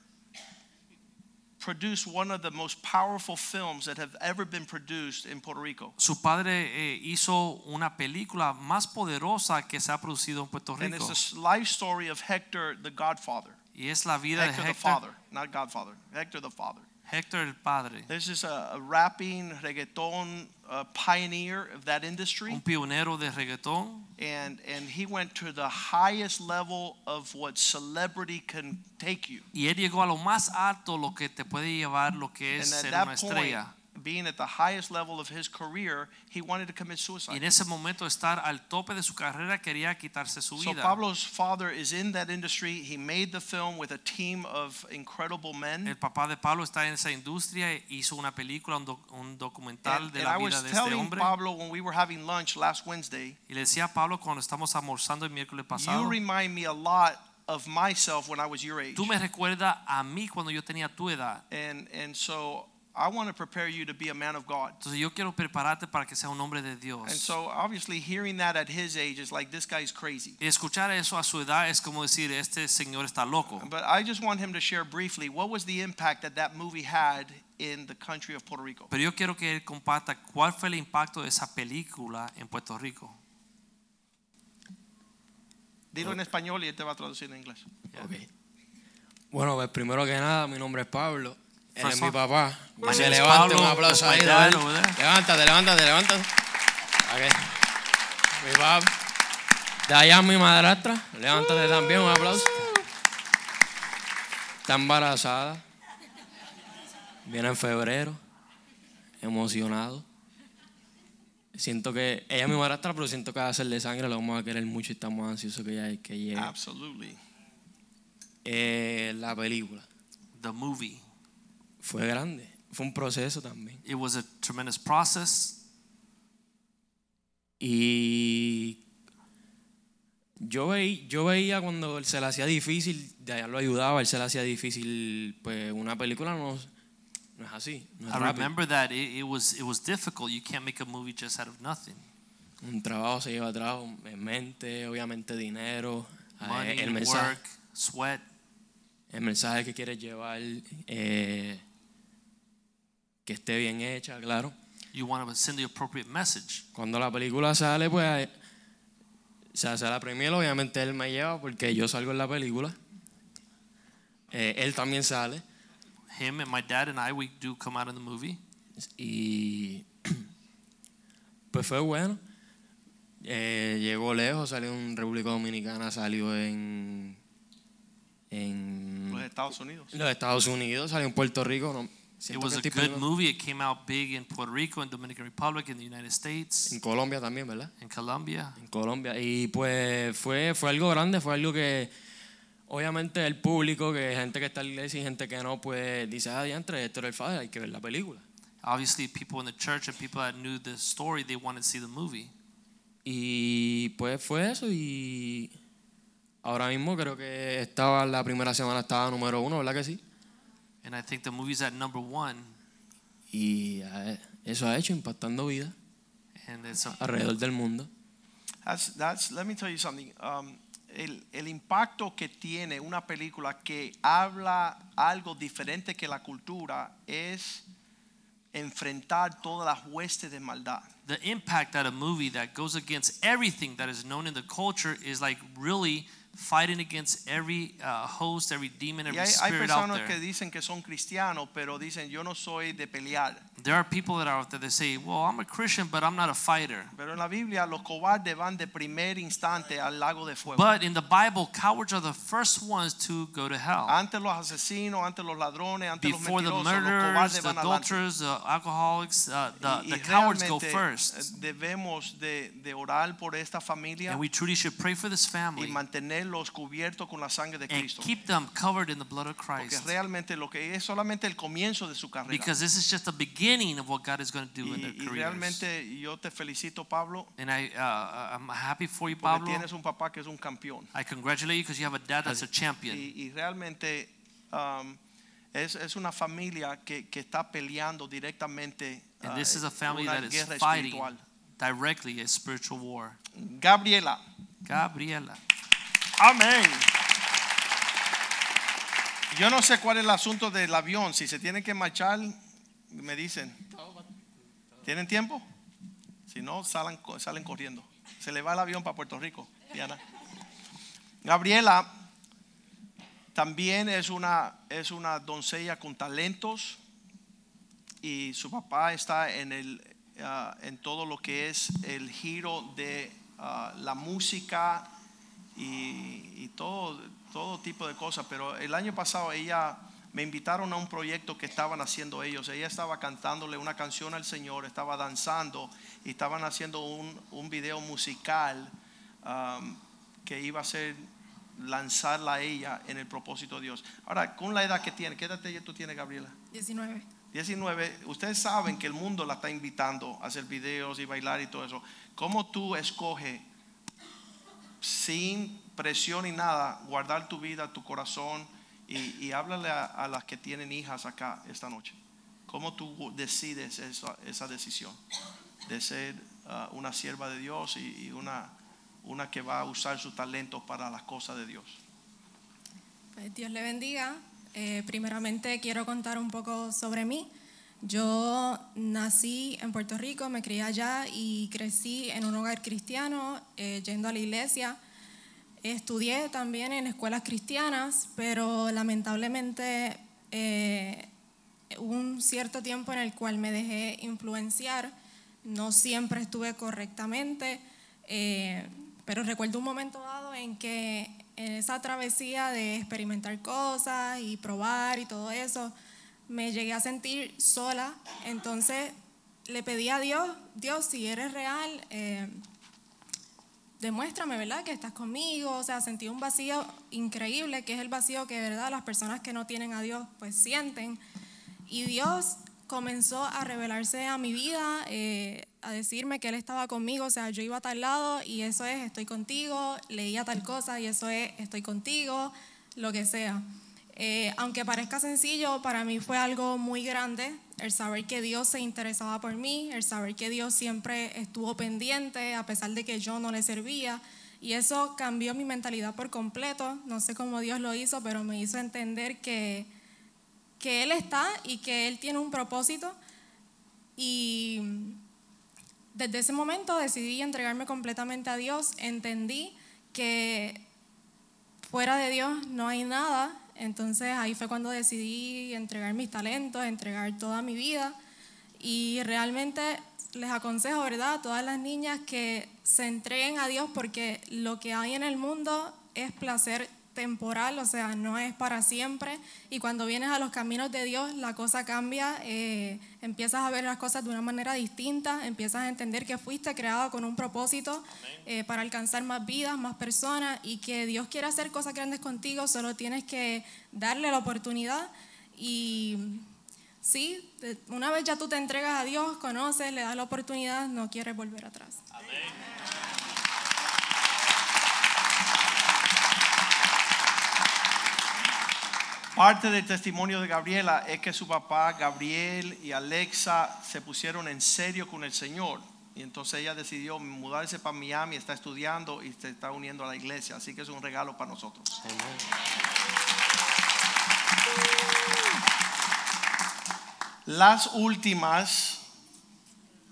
Speaker 1: produced one of the most powerful films that have ever been produced in Puerto Rico.
Speaker 2: Su padre eh, hizo una película más poderosa que se ha producido en Puerto
Speaker 1: And
Speaker 2: Rico
Speaker 1: it's the life story of Hector the Godfather.
Speaker 2: y es la vida
Speaker 1: Hector
Speaker 2: de
Speaker 1: the
Speaker 2: Héctor,
Speaker 1: father, not Godfather. Hector the father.
Speaker 2: Héctor el padre,
Speaker 1: This is a, a rapping reggaeton uh, pioneer of that
Speaker 2: un
Speaker 1: industry,
Speaker 2: pionero de reggaetón
Speaker 1: and and he went to the highest level of what celebrity can take you.
Speaker 2: y él llegó a lo más alto lo que te puede llevar lo que es
Speaker 1: And at
Speaker 2: ser
Speaker 1: that
Speaker 2: una
Speaker 1: point,
Speaker 2: estrella.
Speaker 1: being at the highest level of his career, he wanted to commit
Speaker 2: Y en
Speaker 1: suicide.
Speaker 2: ese momento estar al tope de su carrera quería quitarse su
Speaker 1: So
Speaker 2: vida.
Speaker 1: Pablo's father is in that industry. He made the film with a team of incredible men.
Speaker 2: El papá de Pablo está en esa industria, e hizo una película, un, doc- un documental
Speaker 1: And,
Speaker 2: de
Speaker 1: and
Speaker 2: la
Speaker 1: I
Speaker 2: vida
Speaker 1: was
Speaker 2: de este
Speaker 1: telling
Speaker 2: hombre.
Speaker 1: Pablo when we were having lunch last Wednesday,
Speaker 2: y le decía a Pablo cuando estamos almorzando el miércoles pasado,
Speaker 1: You remind me a lot of myself when I was your age.
Speaker 2: Tú me recuerdas a mí cuando yo tenía tu edad.
Speaker 1: And, and so I want to prepare you to be a man of God.
Speaker 2: Entonces yo quiero prepararte para que seas un hombre de
Speaker 1: And
Speaker 2: Dios.
Speaker 1: so obviously hearing that at his age is like this guy's crazy.
Speaker 2: Y escuchar eso a su edad es como decir, este señor está loco.
Speaker 1: But I just want him to share briefly what was the impact that that movie had in the country of Puerto Rico.
Speaker 2: Pero yo quiero que él comparta cuál fue el impacto de esa película en Puerto Rico.
Speaker 1: Dilo en español y él te va a traducir en inglés.
Speaker 9: Ok. Bueno, pues primero que nada, mi nombre es Pablo. Él es
Speaker 2: First
Speaker 9: mi
Speaker 2: off,
Speaker 9: papá.
Speaker 2: my
Speaker 9: Que Se
Speaker 2: name is
Speaker 9: levanta
Speaker 2: Pablo,
Speaker 9: un aplauso
Speaker 2: my
Speaker 9: ahí.
Speaker 2: dad
Speaker 9: David.
Speaker 2: over there.
Speaker 9: Levántate, levántate, levántate. Ok. Mi papá. Dayan, mi madrastra. Levántate también, un aplauso. Está embarazada. Viene en febrero. Emocionado. Siento que ella es mi madrastra, pero siento que va a hacerle sangre, la vamos a querer mucho y estamos ansiosos que ella que llegue.
Speaker 1: Absolutely.
Speaker 9: Eh, la película
Speaker 2: The movie.
Speaker 9: fue grande. Fue un proceso también.
Speaker 2: It was a tremendous process.
Speaker 9: Y yo, veí- yo veía cuando él se le hacía difícil, de allá lo ayudaba, él se le hacía difícil, pues una película no, no es así. No es
Speaker 2: I
Speaker 9: rápido.
Speaker 2: remember that it, it was it was difficult. You can't make a movie just out of nothing.
Speaker 9: Un trabajo se lleva a trabajo en mente, obviamente dinero, eh,
Speaker 2: Money,
Speaker 9: el mensaje,
Speaker 2: work, sweat,
Speaker 9: el mensaje que quieres llevar, eh, que esté bien hecha, claro.
Speaker 2: you want to send the appropriate message.
Speaker 9: Cuando la película sale, pues se hace la premier, obviamente él me lleva porque yo salgo en la película. Eh, él también sale
Speaker 2: Him and my dad and I, we do come out in the movie.
Speaker 9: y pues fue bueno. Eh, llegó lejos, salió en República Dominicana, salió en, en
Speaker 1: Los Estados Unidos.
Speaker 9: los Estados Unidos, salió en Puerto Rico. No,
Speaker 2: It
Speaker 9: siento
Speaker 2: was
Speaker 9: que
Speaker 2: a
Speaker 9: estoy
Speaker 2: good
Speaker 9: perdiendo-
Speaker 2: movie. It came out big in Puerto Rico, in Dominican Republic, in the United States,
Speaker 9: en Colombia también, ¿verdad?
Speaker 2: in Colombia.
Speaker 9: en Colombia. Y pues fue, fue algo grande, fue algo que obviamente el público, que gente que está en la iglesia y gente que no, pues dice, ah, diantre, esto era el Father, hay que ver la película.
Speaker 2: Obviously, people in the church and people that knew the story, they wanted to see the movie.
Speaker 9: Y pues fue eso y ahora mismo creo que estaba la primera semana estaba número uno, ¿verdad que sí?
Speaker 2: And I think the movie's at number one,
Speaker 9: Y eh, eso ha hecho impactando vidas
Speaker 2: and it's a,
Speaker 9: alrededor del mundo.
Speaker 1: That's, that's, let me tell you something. Um, el, el impacto que tiene una película que habla algo diferente que la cultura es enfrentar todas las huestes de maldad.
Speaker 2: the impact that a movie that goes against everything that is known in the culture is like really fighting against every uh, host, every demon,
Speaker 1: Y
Speaker 2: every
Speaker 1: hay, hay
Speaker 2: spirit out
Speaker 1: personas que
Speaker 2: there.
Speaker 1: dicen que son cristianos, pero dicen yo no soy de pelear.
Speaker 2: There are people that are out there that say, "Well, I'm a Christian, but I'm not a fighter."
Speaker 1: Pero en la Biblia los cobardes van de primer instante al lago de fuego.
Speaker 2: But in the Bible, cowards are the first ones to go to hell.
Speaker 1: Antes los asesinos, antes los ladrones, Ah, antes los
Speaker 2: Before the
Speaker 1: mentirosos, los
Speaker 2: murderers,
Speaker 1: cobardes
Speaker 2: the
Speaker 1: van adelante.
Speaker 2: adulterers, the alcoholics, uh, the,
Speaker 1: Y- y
Speaker 2: the cowards go
Speaker 1: realmente,
Speaker 2: first.
Speaker 1: eh, Debemos de, de orar por esta familia
Speaker 2: And we truly should pray for this
Speaker 1: y
Speaker 2: family
Speaker 1: mantenerlos cubiertos con la sangre de
Speaker 2: and
Speaker 1: Cristo.
Speaker 2: keep them covered in the blood of
Speaker 1: Porque
Speaker 2: Christ.
Speaker 1: realmente lo que es solamente el comienzo de su carrera.
Speaker 2: Because this is just the beginning of what God is going to
Speaker 1: Y,
Speaker 2: do in their
Speaker 1: y
Speaker 2: careers.
Speaker 1: realmente yo te felicito, Pablo,
Speaker 2: And I, uh, I'm happy for you,
Speaker 1: porque
Speaker 2: Pablo.
Speaker 1: tienes un papá que es un campeón.
Speaker 2: I congratulate you because you have a dad that's a
Speaker 1: Y,
Speaker 2: champion.
Speaker 1: y realmente um, es, es una familia que, que está peleando directamente
Speaker 2: And
Speaker 1: ah,
Speaker 2: this is a family
Speaker 1: una
Speaker 2: that is
Speaker 1: guerra
Speaker 2: fighting
Speaker 1: espiritual.
Speaker 2: directly a spiritual war.
Speaker 1: Gabriela,
Speaker 2: Gabriela.
Speaker 1: amén. Yo no sé cuál es el asunto del avión. Si se tiene que marchar, me dicen. ¿Tienen tiempo? Si no, salen, salen corriendo. Se le va el avión para Puerto Rico, Diana. Gabriela también es una, es una doncella con talentos y su papá está en, el, ah, en todo lo que es el giro de ah, la música y, y todo, todo tipo de cosas. Pero el año pasado ella me invitaron a un proyecto que estaban haciendo ellos. Ella estaba cantándole una canción al Señor, estaba danzando y estaban haciendo un, un video musical um, que iba a ser lanzarla a ella en el propósito de Dios. Ahora, con la edad que tiene, ¿qué edad te- tú tienes, Gabriela?
Speaker 10: 19.
Speaker 1: 19, ustedes saben que el mundo la está invitando a hacer videos y bailar y todo eso. ¿Cómo tú escoges sin presión y nada, guardar tu vida, tu corazón y, y háblale a, a las que tienen hijas acá esta noche. ¿Cómo tú decides esa, esa decisión de ser ah, una sierva de Dios y, y una, una que va a usar su talento para las cosas de Dios?
Speaker 10: Pues Dios le bendiga. Eh, primeramente quiero contar un poco sobre mí. Yo nací en Puerto Rico, me crié allá y crecí en un hogar cristiano, eh, yendo a la iglesia. Estudié también en escuelas cristianas, pero lamentablemente eh, hubo un cierto tiempo en el cual me dejé influenciar. No siempre estuve correctamente, eh, pero recuerdo un momento dado en que en esa travesía de experimentar cosas y probar y todo eso, me llegué a sentir sola. Entonces le pedí a Dios, Dios, si eres real, eh, demuéstrame, ¿verdad? Que estás conmigo. O sea, sentí un vacío increíble, que es el vacío que, ¿verdad? Las personas que no tienen a Dios, pues sienten. Y Dios comenzó a revelarse a mi vida, eh, a decirme que Él estaba conmigo, o sea, yo iba a tal lado y eso es, estoy contigo, leía tal cosa y eso es, estoy contigo, lo que sea. Eh, aunque parezca sencillo, para mí fue algo muy grande el saber que Dios se interesaba por mí, el saber que Dios siempre estuvo pendiente a pesar de que yo no le servía. Y eso cambió mi mentalidad por completo. No sé cómo Dios lo hizo, pero me hizo entender que, que Él está y que Él tiene un propósito. Y desde ese momento decidí entregarme completamente a Dios. Entendí que fuera de Dios no hay nada. Entonces ahí fue cuando decidí entregar mis talentos, entregar toda mi vida. Y realmente les aconsejo, ¿verdad?, a todas las niñas que se entreguen a Dios porque lo que hay en el mundo es placer temporal, o sea, no es para siempre. Y cuando vienes a los caminos de Dios, la cosa cambia, eh, empiezas a ver las cosas de una manera distinta, empiezas a entender que fuiste creado con un propósito eh, para alcanzar más vidas, más personas, y que Dios quiere hacer cosas grandes contigo, solo tienes que darle la oportunidad. Y sí, de- una vez ya tú te entregas a Dios, conoces, le das la oportunidad, no quieres volver atrás.
Speaker 1: Parte del testimonio de Gabriela es que su papá, Gabriel y Alexa, se pusieron en serio con el Señor. Y entonces ella decidió mudarse para Miami, está estudiando y se está uniendo a la iglesia. Así que es un regalo para nosotros. Las últimas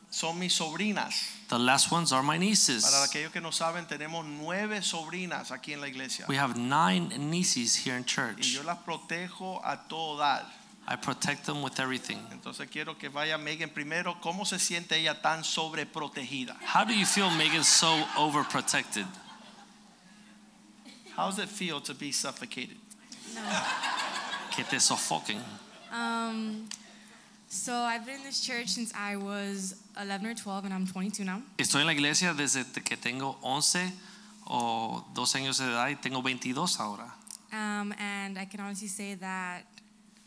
Speaker 1: son mis sobrinas.
Speaker 2: The last ones are my nieces.
Speaker 1: Para aquellos que no saben, tenemos nueve sobrinas aquí en la iglesia.
Speaker 2: We have nine nieces here in
Speaker 1: Y
Speaker 2: church.
Speaker 1: yo las protejo a todo dar.
Speaker 2: I protect them with everything.
Speaker 1: Entonces quiero que vaya Megan primero. ¿Cómo se siente ella tan sobreprotegida?
Speaker 2: How do you feel, Megan, so overprotected?
Speaker 1: How does it feel to be suffocated?
Speaker 2: Que te sofoquen.
Speaker 11: Um, so I've been in this church since I was 11 or 12, and I'm 22 now.
Speaker 2: Estoy en la iglesia desde que tengo 11 o 12 años de edad y tengo 22 ahora.
Speaker 11: Um, and I can honestly say that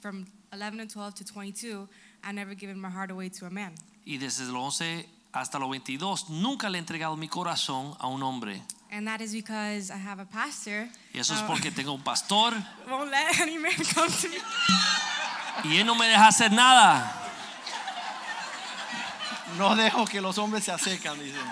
Speaker 11: from 11 to 12 to 22, I never given my heart away to a man.
Speaker 2: Y desde los 11 hasta los 22 nunca le he entregado mi corazón a un hombre.
Speaker 11: And that is because I have a pastor.
Speaker 2: Y eso es
Speaker 11: that
Speaker 2: porque tengo un pastor
Speaker 11: won't let any man come to me.
Speaker 2: y él no me deja hacer nada.
Speaker 1: No dejo que los hombres se acerquen, dicen.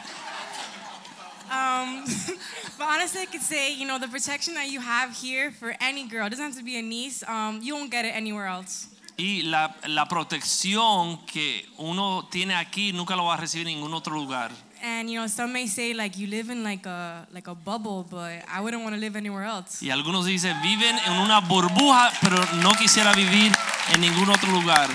Speaker 11: Um, but honestly, I could say, you know, the protection that you have here for any girl, it doesn't have to be a niece, um, you won't get it anywhere else.
Speaker 2: Y la, la protección que uno tiene aquí nunca lo va a recibir en ningún otro lugar.
Speaker 11: And you know, some may say like you live in like a like a bubble, but I wouldn't want to live anywhere else.
Speaker 2: Y algunos dicen, viven en una burbuja, pero no quisiera vivir en ningún otro lugar.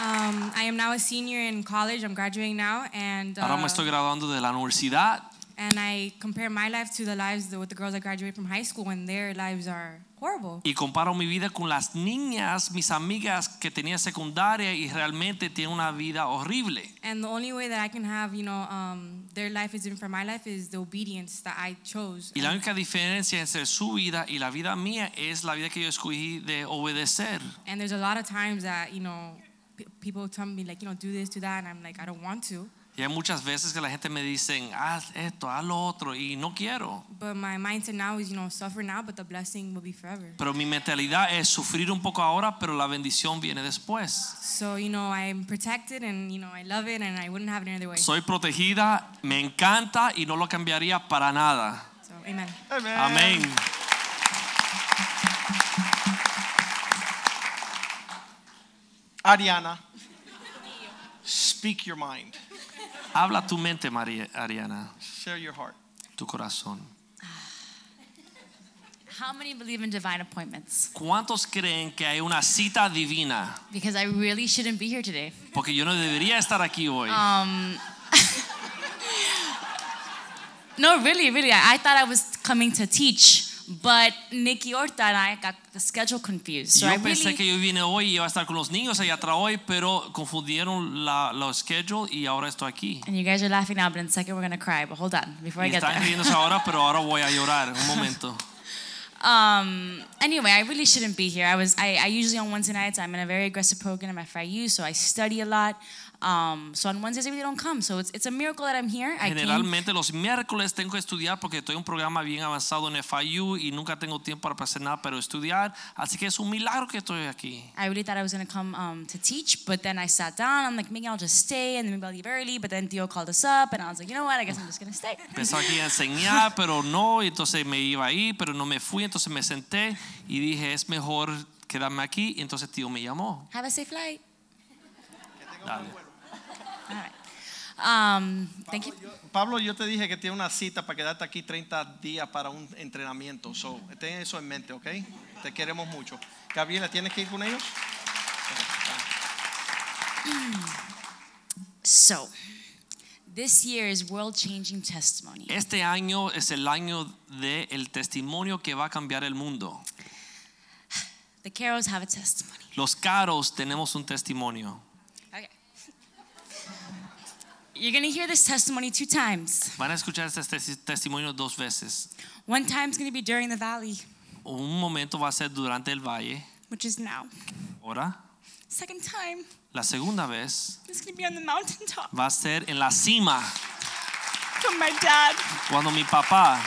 Speaker 11: Um, I am now a senior in college. I'm graduating now, and
Speaker 2: Ahora me
Speaker 11: uh,
Speaker 2: estoy graduando de la universidad
Speaker 11: and I compare my life to the lives of the girls that graduated from high school, and their lives are horrible.
Speaker 2: y comparo mi vida con las niñas, mis amigas que tenía secundaria y realmente tienen una vida horrible.
Speaker 11: And the only way that I can have, you know, um, their life is different from my life is the obedience that I chose.
Speaker 2: Y la única diferencia entre su vida y la vida mía es la vida que yo escogí de obedecer.
Speaker 11: And there's a lot of times that you know, p- people tell me like, you know, do this, do that, and I'm like, I don't want to.
Speaker 2: Y hay muchas veces que la gente me dicen, haz esto, haz lo otro, y no quiero.
Speaker 11: But my mindset now is, you know, suffer now, but the blessing will be forever.
Speaker 2: Pero mi mentalidad es sufrir un poco ahora, pero la bendición viene después.
Speaker 11: So, you know, I'm protected and, you know, I love it and I wouldn't have it any other way.
Speaker 2: Soy protegida, me encanta y no lo cambiaría para nada.
Speaker 11: So, amen.
Speaker 2: Amén.
Speaker 1: Ariana, speak your mind,
Speaker 2: Habla tu mente, María, Ariana,
Speaker 1: share your heart.
Speaker 2: tu corazón.
Speaker 12: How many believe in divine appointments?
Speaker 2: ¿Cuántos creen que hay una cita divina?
Speaker 12: Because I really shouldn't be here today.
Speaker 2: Porque yo no debería estar aquí hoy.
Speaker 12: Um, no, really, really. I, I thought I was coming to teach, but Nikki Orta and I got the schedule confused. So I
Speaker 2: yo pensé
Speaker 12: really,
Speaker 2: que yo vine hoy y iba a estar con los niños allá atrás hoy, pero confundieron la, los schedule y ahora estoy aquí.
Speaker 12: and you guys are laughing now, but in a second we're gonna cry. But hold on, before I
Speaker 2: Y
Speaker 12: get
Speaker 2: están riéndose
Speaker 12: there.
Speaker 2: ahora, pero ahora voy a llorar. Un momento.
Speaker 12: um, anyway, I really shouldn't be here. I was. I, I usually on Wednesday nights I'm in a very aggressive program at FIU, so I study a lot. Um, so on Wednesdays I really don't come. So it's it's a miracle that I'm here. I came
Speaker 2: Generalmente los miércoles tengo que estudiar porque estoy en un programa bien avanzado en FIU y nunca tengo tiempo para hacer nada, pero estudiar. Así que es un milagro que estoy aquí.
Speaker 12: I really thought I was going to come um, to teach, but then I sat down. I'm like, maybe I'll just stay and then maybe I'll leave early. But then Theo called us up, and I was like, you know what? I guess I'm just going to stay.
Speaker 2: Empezó aquí a enseñar, pero no, y entonces me iba ahí, pero no me fui, entonces me senté y dije, es mejor quedarme aquí, y entonces tío me llamó.
Speaker 12: Have a safe flight.
Speaker 2: Dale.
Speaker 12: All right. Um, thank you.
Speaker 1: Pablo, yo te dije que tiene una cita para quedarte aquí 30 días para un entrenamiento. So, ten eso en mente, ¿ok? Te queremos mucho. Gabriela, ¿tienes que ir con ellos?
Speaker 12: So, this year is world changing testimony.
Speaker 2: Este año es el año del el testimonio que va a cambiar el mundo.
Speaker 12: The Carols have a testimony.
Speaker 2: Los caros tenemos un testimonio.
Speaker 12: Okay. You're going to hear this testimony two times.
Speaker 2: Van a escuchar este tes- testimonio dos veces.
Speaker 12: One time's going to be during the valley,
Speaker 2: Un momento va a ser durante el valle,
Speaker 12: which is now.
Speaker 2: ahora.
Speaker 12: Second time
Speaker 2: La segunda vez
Speaker 12: is going to be on the mountaintop
Speaker 2: va a ser en la cima,
Speaker 12: from my dad.
Speaker 2: cuando mi papá,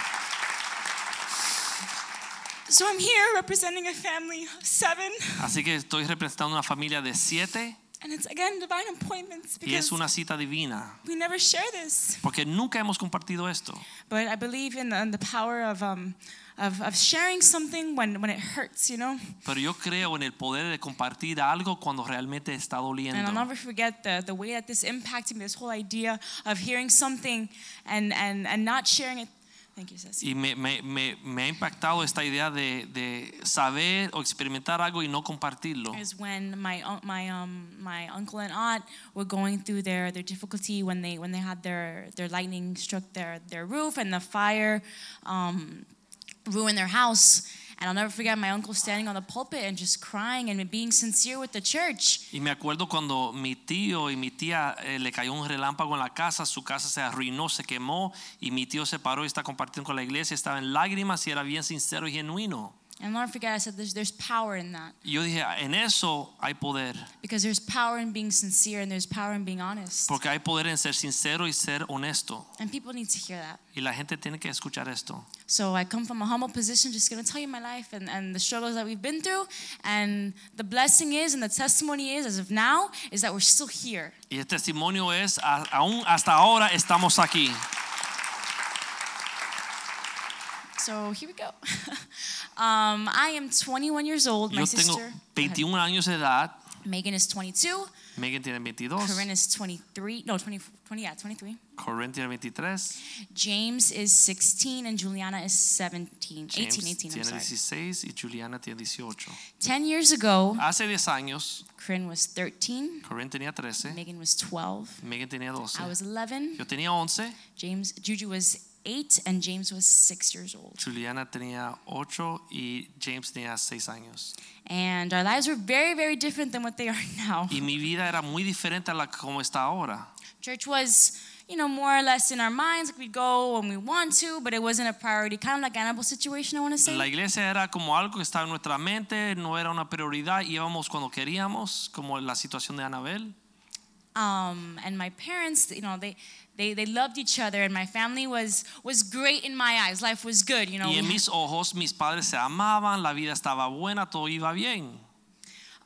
Speaker 12: So I'm here representing a family of seven,
Speaker 2: así que estoy representando una familia de siete
Speaker 12: and it's again divine appointments
Speaker 2: y es
Speaker 12: because
Speaker 2: una cita divina,
Speaker 12: we never share this.
Speaker 2: porque nunca hemos compartido esto.
Speaker 12: But I believe in the, in the power of, um, of, of sharing something when, when it hurts, you know?
Speaker 2: Pero yo creo en el poder de compartir algo cuando realmente está
Speaker 12: And uh, I'll
Speaker 2: doliendo.
Speaker 12: never forget the, the way that this impacted me, this whole idea of hearing something and, and, and not sharing it. Thank you, Ceci.
Speaker 2: Y me, me- me- me ha impactado esta idea de, de saber o experimentar algo y no compartirlo.
Speaker 12: Is when my un- my um my uncle and aunt were going through their their difficulty when they when they had their their lightning struck their their roof and the fire, um, ruined their house. And I'll never forget my uncle standing on the pulpit and just crying and being sincere with the church.
Speaker 2: Y me acuerdo cuando mi tío y mi tía eh, le cayó un relámpago en la casa, su casa se arruinó, se quemó y mi tío se paró y está compartiendo con la iglesia, estaba en lágrimas y era bien sincero y genuino.
Speaker 12: And I'll never forget I said there's there's power in that
Speaker 2: Y yo dije, en eso hay poder,
Speaker 12: because there's power in being sincere and there's power in being honest.
Speaker 2: porque hay poder en ser sincero y ser honesto.
Speaker 12: And people need to hear that.
Speaker 2: Y la gente tiene que escuchar esto.
Speaker 12: So I come from a humble position, just going to tell you my life and, and the struggles that we've been through. And the blessing is, and the testimony is, as of now, is that we're still here.
Speaker 2: Y el testimonio es, a- aún hasta ahora estamos aquí.
Speaker 12: So here we go. um, I am 21 years old. My
Speaker 2: Yo tengo
Speaker 12: sister go ahead.
Speaker 2: 21 años de edad,
Speaker 12: Megan is 22.
Speaker 2: Megan tiene 22,
Speaker 12: Corinne is 23. No, 20, 20. Yeah, 23.
Speaker 2: Corinne tiene 23,
Speaker 12: James is 16, and Juliana is 17. 18,
Speaker 2: James
Speaker 12: 18. I'm
Speaker 2: tiene
Speaker 12: sorry.
Speaker 2: 16 y Juliana tiene 18.
Speaker 12: 10 years ago,
Speaker 2: Hace 10 años,
Speaker 12: Corinne was 13.
Speaker 2: Corinne tenía 13,
Speaker 12: Megan was 12.
Speaker 2: Megan tenía
Speaker 12: I was
Speaker 2: 12,
Speaker 12: 11.
Speaker 2: yo tenía 11,
Speaker 12: James Juju was eight and James was six years old.
Speaker 2: Juliana tenía 8 y James tenía 6 años.
Speaker 12: And our lives were very, very different than what they are now.
Speaker 2: Y mi vida era muy diferente a la como está ahora.
Speaker 12: Church was, you know, more or less in our minds. Like we'd go when we want to, but it wasn't a priority. Kind of like Annabelle's situation, I want to say.
Speaker 2: La iglesia era como algo que estaba en nuestra mente, no era una prioridad, íbamos cuando queríamos, como la situación de Anabel.
Speaker 12: um, and my parents, you know, they, they, they loved each other, and my family was, was great in my eyes. Life was good, you know.
Speaker 2: Y
Speaker 12: we
Speaker 2: en
Speaker 12: had-
Speaker 2: mis ojos mis padres se amaban, la vida estaba buena, todo iba bien.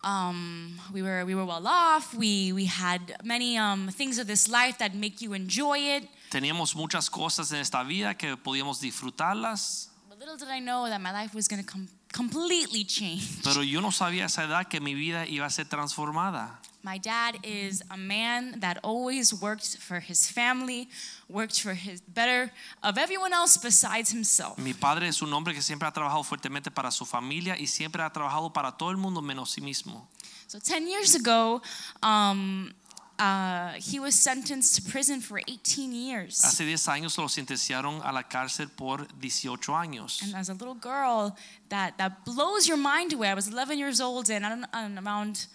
Speaker 12: um, we were we were well off. We we had many um, things of this life that make you enjoy it.
Speaker 2: Teníamos muchas cosas en esta vida que podíamos disfrutarlas,
Speaker 12: But little did I know that my life was going to com- completely change.
Speaker 2: pero yo no sabía a esa edad que mi vida iba a ser transformada.
Speaker 12: My dad is a man that always worked for his family, worked for his better of everyone else besides himself.
Speaker 2: Mi padre es un hombre que siempre ha trabajado fuertemente para su familia y siempre ha trabajado para todo el mundo menos sí mismo.
Speaker 12: So 10 years ago, um, uh, he was sentenced to prison for 18 years.
Speaker 2: Hace 10 años lo sentenciaron a la cárcel por 18 años.
Speaker 12: And as a little girl, that, that blows your mind away. I was 11 years old, and I don't and around,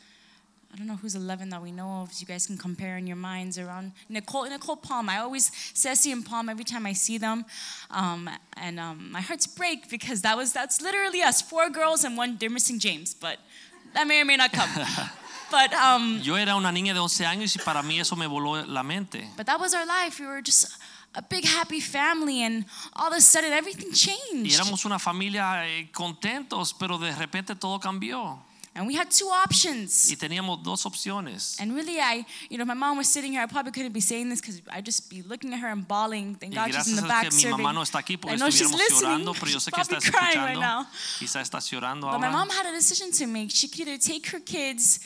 Speaker 12: I don't know who's 11 that we know of. You guys can compare in your minds around Nicole Nicole Palm. I always Ceci and Palm every time I see them, um, and um, my hearts break because that was that's literally us four girls and one. They're missing James, but that may or may not come. but um,
Speaker 2: Yo era una niña de 11 años y para mí eso me voló la mente.
Speaker 12: but that was our life. We were just a big happy family, and all of a sudden everything
Speaker 2: Y
Speaker 12: changed.
Speaker 2: éramos una familia eh, contentos, pero de repente todo cambió.
Speaker 12: And we had two options.
Speaker 2: Y teníamos dos opciones.
Speaker 12: And really, I, you know, my mom was sitting here. I probably couldn't be saying this because I'd just be looking at her and bawling. Thank
Speaker 2: Y
Speaker 12: God she's in
Speaker 2: gracias
Speaker 12: the
Speaker 2: a
Speaker 12: back
Speaker 2: que mi
Speaker 12: serving.
Speaker 2: mamá no está aquí
Speaker 12: I
Speaker 2: porque
Speaker 12: know she's
Speaker 2: estuviéramos
Speaker 12: listening.
Speaker 2: llorando, pero yo sé que
Speaker 12: Probably
Speaker 2: estás
Speaker 12: crying right
Speaker 2: escuchando.
Speaker 12: now.
Speaker 2: Quizá estás llorando
Speaker 12: But my
Speaker 2: ahora.
Speaker 12: mom had a decision to make. She could either take her kids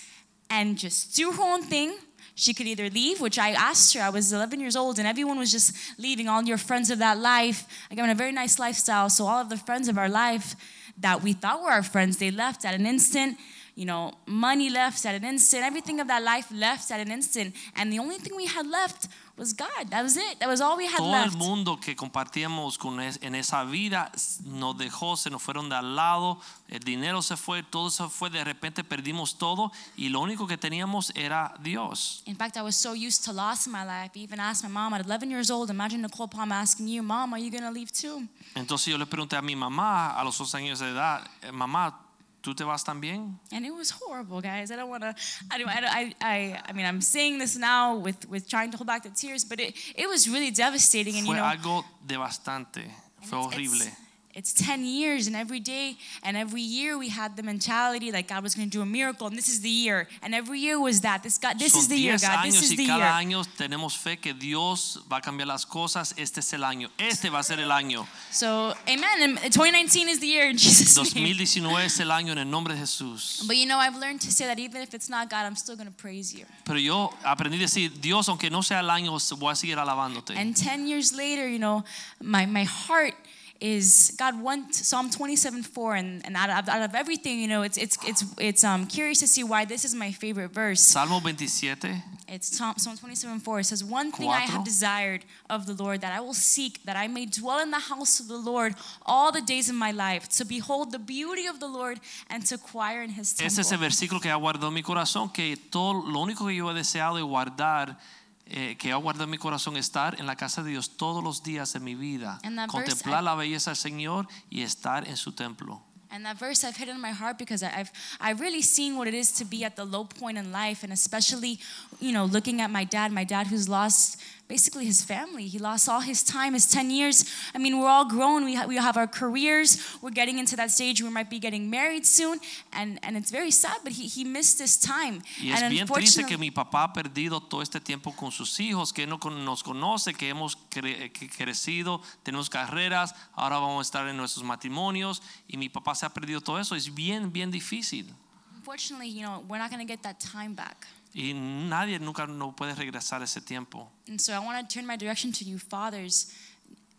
Speaker 12: and just do her own thing. She could either leave, which I asked her. I was 11 years old, and everyone was just leaving. All your friends of that life. I got in a very nice lifestyle, so all of the friends of our life that we thought were our friends, they left at an instant. You know, money left at an instant. Everything of that life left at an instant, and the only thing we had left was God. That was it. That was all we had
Speaker 2: Todo el
Speaker 12: left.
Speaker 2: mundo que compartíamos con es- en esa vida s- nos dejó, se nos fueron de al lado, el dinero se fue, todo se fue, de repente perdimos todo y lo único que teníamos era Dios.
Speaker 12: In fact, I was so used to loss in my life. I even asked my mom at 11 years old. Imagine Nicole Palm asking you, "Mom, are you gonna leave too?"
Speaker 2: Entonces yo le pregunté a mi mamá a los dos años de edad, "Eh, mamá, ¿tú te vas también?
Speaker 12: And it was horrible, guys. I don't want to. I don't. I, don't- I. I. I mean, I'm saying this now with with trying to hold back the tears, but it it was really devastating. And you
Speaker 2: Fue
Speaker 12: know,
Speaker 2: algo devastante, fue horrible.
Speaker 12: it's 10 years, and every day and every year we had the mentality like God was going to do a miracle, and this is the year. And every year was that. This God. This
Speaker 2: Son
Speaker 12: is the year,
Speaker 2: 10
Speaker 12: God. This
Speaker 2: años
Speaker 12: is the
Speaker 2: y cada
Speaker 12: year.
Speaker 2: año tenemos fe que Dios va a cambiar las cosas. Este es el año. Este va a ser el año.
Speaker 12: So, Amen. And 2019 is the year in Jesus' name.
Speaker 2: 2019 es el año en el nombre de Jesús.
Speaker 12: But you know, I've learned to say that even if it's not God, I'm still going to praise you.
Speaker 2: Pero yo aprendí a decir, Dios, aunque no sea el año, voy a seguir alabándote.
Speaker 12: And 10 years later, you know, my, my heart is God one Psalm 27 4 and, and out, of, out of everything, you know, it's it's it's it's um curious to see why this is my favorite verse.
Speaker 2: Salmo 27,
Speaker 12: It's Tom, Psalm 27 4. It says, One thing I have
Speaker 2: Cuatro.
Speaker 12: desired of the Lord that I will seek, that I may dwell in the house of the Lord all the days of my life, to behold the beauty of the Lord and to acquire in his temple.
Speaker 2: ese es el versículo que ha guardado en mi corazón, que todo lo único que yo he deseado y guardar, eh, que ha guardado en mi corazón, estar en la casa de Dios todos los días de mi vida,
Speaker 12: And that verse,
Speaker 2: contemplar
Speaker 12: I-
Speaker 2: la belleza del Señor y estar en su templo.
Speaker 12: And that verse I've hidden in my heart because I- I've I've really seen what it is to be at the low point in life, and especially, you know, looking at my dad, my dad who's lost basically his family. He lost all his time, his ten years. I mean, we're all grown. We ha- we have our careers. We're getting into that stage. We might be getting married soon, and and it's very sad. But he he missed his time,
Speaker 2: Y es
Speaker 12: and
Speaker 2: bien triste que
Speaker 12: unfortunately.
Speaker 2: mi papá ha perdido todo este tiempo con sus hijos, que no con- nos conoce, que hemos cre- que crecido, tenemos carreras, ahora vamos a estar en nuestros matrimonios y mi papá se ha perdido todo eso. Es bien, bien difícil.
Speaker 12: Unfortunately, you know, we're not going to get that time back.
Speaker 2: Y nadie nunca no puede regresar ese tiempo.
Speaker 12: And so I want to turn my direction to you, fathers.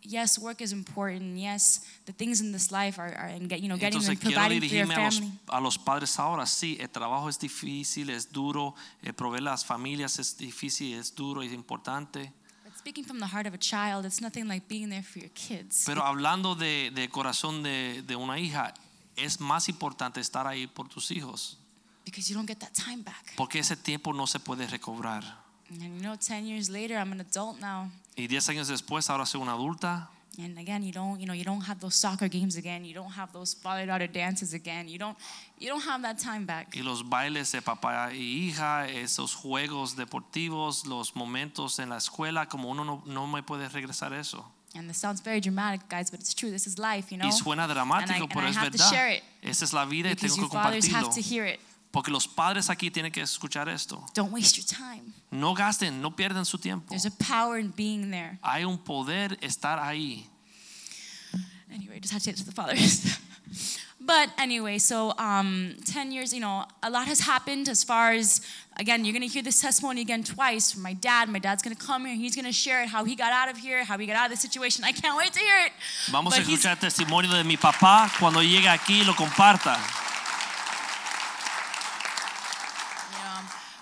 Speaker 12: Yes, work is important. Yes, the things in this life are, are and get, you know, getting
Speaker 2: Entonces
Speaker 12: and
Speaker 2: quiero
Speaker 12: providing for your
Speaker 2: dirigirme a los,
Speaker 12: family.
Speaker 2: a los padres ahora. Sí, el trabajo es difícil, es duro, eh, proveer las familias es difícil, es duro, es importante.
Speaker 12: But speaking from the heart of a child, it's nothing like being there for your kids.
Speaker 2: Pero hablando de, de corazón de, de una hija, es más importante estar ahí por tus hijos,
Speaker 12: because you don't get that time back.
Speaker 2: porque ese tiempo no se puede recobrar.
Speaker 12: And you know, 10 years later, I'm an adult now.
Speaker 2: Y 10 años después, ahora soy una adulta,
Speaker 12: and again you don't you know you don't have those soccer games again you don't have those father daughter dances again you don't you don't have that time back
Speaker 2: Y los bailes de papá y hija, esos juegos deportivos, los momentos en la escuela, como uno no, no me puede regresar eso.
Speaker 12: and this sounds very dramatic guys but it's true this is life you know
Speaker 2: Y suena
Speaker 12: and I,
Speaker 2: dramático,
Speaker 12: and
Speaker 2: pero
Speaker 12: I
Speaker 2: es
Speaker 12: have to share
Speaker 2: verdad.
Speaker 12: it
Speaker 2: Esa es la vida y
Speaker 12: because
Speaker 2: tengo
Speaker 12: you
Speaker 2: que
Speaker 12: fathers have
Speaker 2: compartirlo.
Speaker 12: to hear it
Speaker 2: Porque los padres aquí tienen que escuchar esto.
Speaker 12: don't waste your time
Speaker 2: No gasten, no pierdan su tiempo.
Speaker 12: there's a power in being there
Speaker 2: Hay un poder estar ahí.
Speaker 12: anyway, just had to answer the fathers. but anyway, so um, 10 years, you know, a lot has happened as far as, again, you're going to hear this testimony again twice from my dad. My dad's going to come here. He's going to share it, how he got out of here, how he got out of the situation. I can't wait to hear it.
Speaker 2: Vamos a
Speaker 12: But he's-
Speaker 2: escuchar testimonio de mi papá cuando llegue aquí y lo comparta.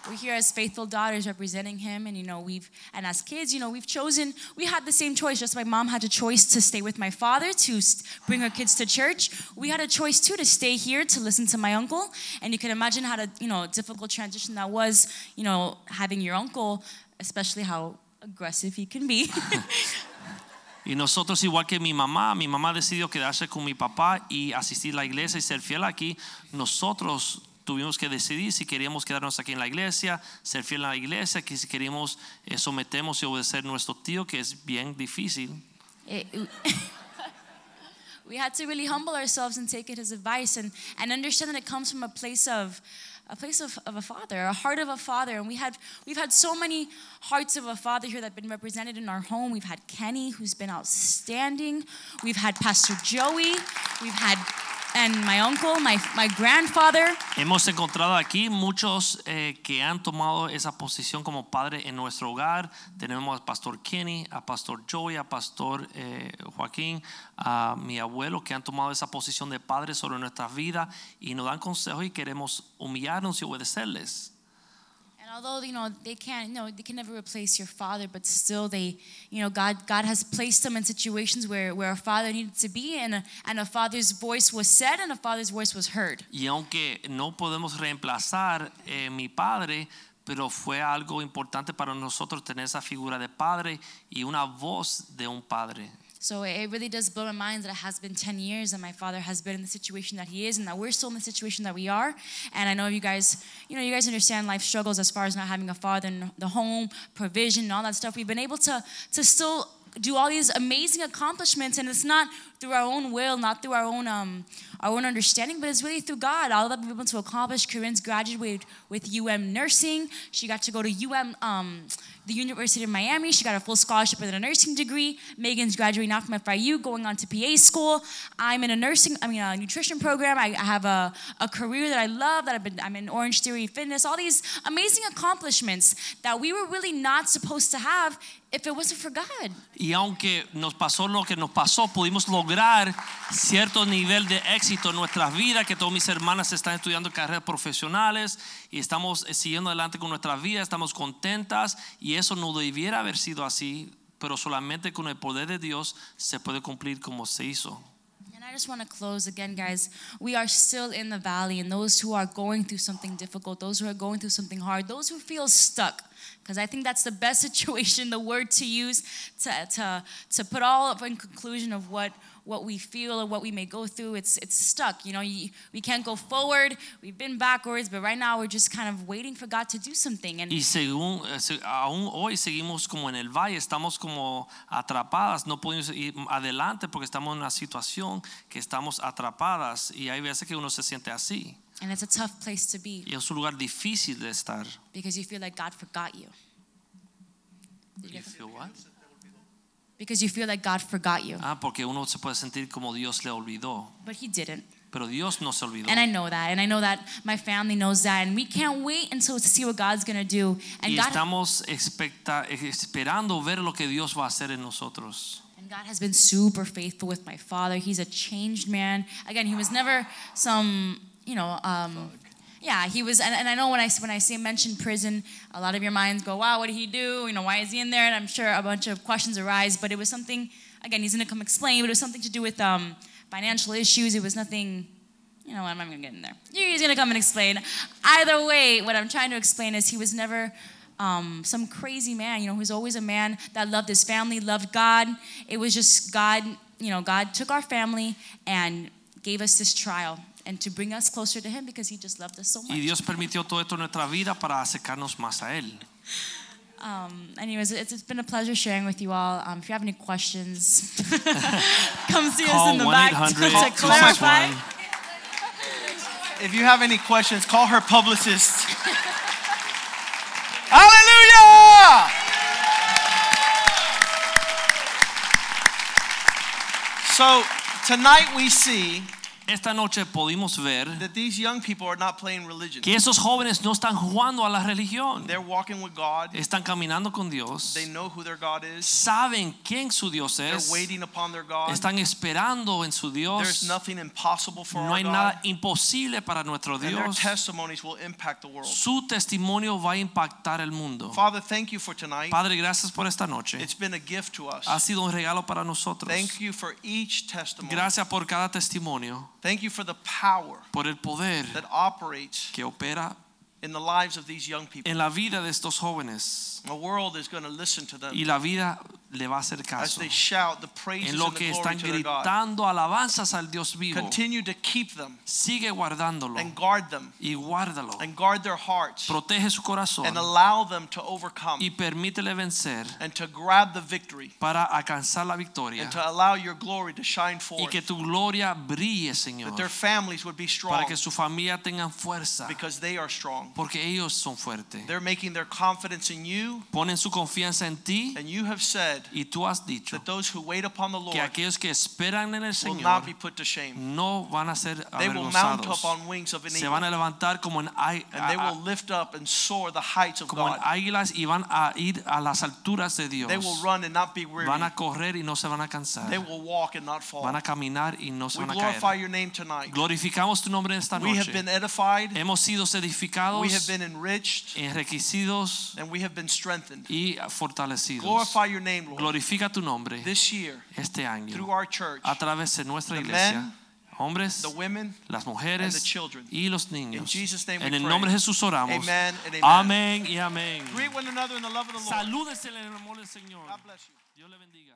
Speaker 12: we're here as faithful daughters representing him and you know we've and as kids you know we've chosen we had the same choice just my mom had a choice to stay with my father to st- bring her kids to church we had a choice too to stay here to listen to my uncle and you can imagine how to you know difficult transition that was you know having your uncle especially how aggressive he can be
Speaker 2: Y nosotros, igual que mi mamá, mi mamá decidió quedarse con mi papá y asistir a la iglesia y ser fiel aquí. Nosotros tuvimos que decidir si queríamos quedarnos aquí en la iglesia, ser fiel a la iglesia, que si queríamos eh, someternos y obedecer a nuestro tío, que es bien difícil.
Speaker 12: It- Eh, we had to really humble ourselves and take it as advice and, and understand that it comes from a place of a place of, of a father, a heart of a father. And we had we've had so many hearts of a father here that have been represented in our home. We've had Kenny, who's been outstanding. We've had Pastor Joey. We've had and my uncle, my my grandfather.
Speaker 2: Hemos encontrado aquí muchos eh, que han tomado esa posición como padre en nuestro hogar. Tenemos a Pastor Kenny, a Pastor Joey, a Pastor eh, Joaquín, a mi abuelo, que han tomado esa posición de padre sobre nuestras vidas y nos dan consejos y queremos humillarnos y obedecerles.
Speaker 12: And although you know they can't, no, they can never replace your father, but still they, you know, God, God has placed them in situations where where a father needed to be, and a, and a father's voice was said, and a father's voice was heard.
Speaker 2: Y aunque no podemos reemplazar eh, mi padre, pero fue algo importante para nosotros tener esa figura de padre y una voz de un padre.
Speaker 12: So it really does blow my mind that it has been 10 years and my father has been in the situation that he is and that we're still in the situation that we are. And I know you guys, you know, you guys understand life struggles as far as not having a father and the home, provision, and all that stuff. We've been able to to still do all these amazing accomplishments and it's not through our own will, not through our own um, our own understanding, but it's really through God. All that we've been able to accomplish. Corinne's graduated with UM nursing. She got to go to UM um, the University of Miami. She got a full scholarship and a nursing degree. Megan's graduating now from FIU, going on to PA school. I'm in a nursing, I mean, a nutrition program. I, I have a, a career that I love. That I've been, I'm in Orange Theory Fitness. All these amazing accomplishments that we were really not supposed to have if it wasn't for God.
Speaker 2: Y aunque nos pasó lo que nos pasó, pudimos lograr cierto nivel de éxito en nuestras vidas, que todas mis hermanas están estudiando carreras profesionales y estamos eh, siguiendo adelante con nuestras vidas, estamos contentas y eso no debiera haber sido así, pero solamente con el poder de Dios se puede cumplir como se hizo.
Speaker 12: And I just want to close again, guys. We are still in the valley, and those who are going through something difficult, those who are going through something hard, those who feel stuck, because I think that's the best situation, the word to use to, to, to put all up in conclusion of what, what we feel or what we may go through. It's, it's stuck. You know, you, we can't go forward, we've been backwards, but right now we're just kind of waiting for God to do something. And
Speaker 2: Y según, eh, se- aún hoy seguimos como en el valle, estamos como atrapadas, no podemos ir adelante porque estamos en una situación que estamos atrapadas y hay veces que uno se siente así.
Speaker 12: and it's a tough place to be
Speaker 2: Y es un lugar difícil de estar.
Speaker 12: because you feel like God forgot you, because you feel like God forgot you.
Speaker 2: Ah, porque uno se puede sentir como Dios le olvidó,
Speaker 12: But He didn't.
Speaker 2: pero Dios no se olvidó.
Speaker 12: And I know that. And I know that my family knows that. And we can't wait until to see what God's going to do. And
Speaker 2: Y
Speaker 12: God,
Speaker 2: estamos expecta- esperando ver lo que Dios va a hacer en nosotros.
Speaker 12: and God has been super faithful with my father. He's a changed man. Again, he was never some, you know, um, yeah, he was. And, and I know when I when I say mention prison, a lot of your minds go, "Wow, what did he do? You know, why is he in there?" And I'm sure a bunch of questions arise. But it was something. Again, he's going to come explain. But it was something to do with um, financial issues. It was nothing. You know what? I'm not going to get in there. He's going to come and explain. Either way, what I'm trying to explain is he was never um, some crazy man. You know, he was always a man that loved his family, loved God. It was just God, you know, God took our family and gave us this trial and to bring us closer to Him because He just loved us so much.
Speaker 2: Y Dios permitió todo esto en nuestra vida para acercarnos más a Él.
Speaker 12: Um, anyways, it's, it's been a pleasure sharing with you all. Um, if you have any questions, come see us
Speaker 2: Call
Speaker 12: in the back to, to clarify.
Speaker 2: 1-800-261.
Speaker 1: If you have any questions, call her publicist. Hallelujah! So tonight we see
Speaker 2: Esta noche pudimos ver
Speaker 1: that these young people are not playing religion.
Speaker 2: que esos jóvenes no están jugando a la religión.
Speaker 1: They're walking with God.
Speaker 2: Están caminando con Dios.
Speaker 1: They know who their God is.
Speaker 2: Saben quién su Dios
Speaker 1: They're
Speaker 2: es.
Speaker 1: waiting upon their God.
Speaker 2: Están esperando en su
Speaker 1: There's
Speaker 2: Dios.
Speaker 1: nothing impossible for
Speaker 2: No
Speaker 1: our
Speaker 2: hay
Speaker 1: God.
Speaker 2: nada imposible para nuestro
Speaker 1: and their
Speaker 2: Dios.
Speaker 1: testimonies will impact the world.
Speaker 2: Su testimonio va a impactar el mundo.
Speaker 1: Father, thank you for tonight.
Speaker 2: Padre, gracias por esta noche.
Speaker 1: It's been a gift to us.
Speaker 2: Ha sido un regalo para nosotros.
Speaker 1: Thank you for each testimony.
Speaker 2: Gracias por cada testimonio,
Speaker 1: Thank you for the power
Speaker 2: por el poder
Speaker 1: that operates
Speaker 2: que opera
Speaker 1: in the lives of these young people.
Speaker 2: en la vida de estos jóvenes.
Speaker 1: The world is going to listen to them
Speaker 2: Y la vida le va a hacer
Speaker 1: as
Speaker 2: caso.
Speaker 1: they shout the praises
Speaker 2: En lo
Speaker 1: and the
Speaker 2: que
Speaker 1: glory
Speaker 2: están
Speaker 1: to their God.
Speaker 2: gritando alabanzas al Dios vivo,
Speaker 1: Continue to keep them
Speaker 2: sigue guardándolo
Speaker 1: and guard them
Speaker 2: y guárdalo.
Speaker 1: and guard their hearts
Speaker 2: Protege su corazón
Speaker 1: and allow them to overcome
Speaker 2: y permítele vencer
Speaker 1: and to grab the victory
Speaker 2: para alcanzar la victoria
Speaker 1: and to allow your glory to shine
Speaker 2: y
Speaker 1: forth.
Speaker 2: que tu gloria brille,
Speaker 1: That
Speaker 2: Señor,
Speaker 1: their families would be
Speaker 2: para
Speaker 1: strong
Speaker 2: que su familia tenga fuerza,
Speaker 1: because they are strong.
Speaker 2: porque ellos son fuertes.
Speaker 1: They're making their confidence in you,
Speaker 2: Ponen su confianza en ti
Speaker 1: and you have said
Speaker 2: y tú has dicho
Speaker 1: that those who wait upon the
Speaker 2: que
Speaker 1: Lord
Speaker 2: aquellos que esperan en el
Speaker 1: will not
Speaker 2: Señor
Speaker 1: be put to shame.
Speaker 2: no van a ser
Speaker 1: They will mount
Speaker 2: avergonzados.
Speaker 1: up on wings of an
Speaker 2: Se van a
Speaker 1: eagle,
Speaker 2: levantar como en ai-
Speaker 1: and they
Speaker 2: a- a-
Speaker 1: will lift up and soar the heights of
Speaker 2: como en
Speaker 1: God.
Speaker 2: águilas y van a ir a las alturas de Dios.
Speaker 1: They will run and not be weary.
Speaker 2: Van a correr y no se van a
Speaker 1: They
Speaker 2: cansar.
Speaker 1: will walk and not fall.
Speaker 2: Van a caminar y no se
Speaker 1: We
Speaker 2: van a
Speaker 1: glorify
Speaker 2: caer.
Speaker 1: your name tonight.
Speaker 2: Glorificamos tu nombre en esta
Speaker 1: We have
Speaker 2: noche.
Speaker 1: been edified,
Speaker 2: Hemos sido edificados,
Speaker 1: we have been enriched,
Speaker 2: enriquecidos
Speaker 1: and we have been strengthened.
Speaker 2: y fortalecidos.
Speaker 1: Glorify your name, Lord.
Speaker 2: Glorifica tu nombre
Speaker 1: This year,
Speaker 2: este
Speaker 1: through
Speaker 2: año
Speaker 1: our church,
Speaker 2: a través de nuestra
Speaker 1: the
Speaker 2: iglesia.
Speaker 1: men,
Speaker 2: Hombres,
Speaker 1: the women,
Speaker 2: las
Speaker 1: and the
Speaker 2: mujeres
Speaker 1: children.
Speaker 2: y los niños.
Speaker 1: Jesus' name we
Speaker 2: En el
Speaker 1: pray.
Speaker 2: nombre de Jesús oramos.
Speaker 1: Amen and amen.
Speaker 2: Amén y amén.
Speaker 1: Greet one another in the love of the Lord.
Speaker 2: Salúdense en el amor del Señor.
Speaker 1: God bless you.
Speaker 2: Dios le bendiga.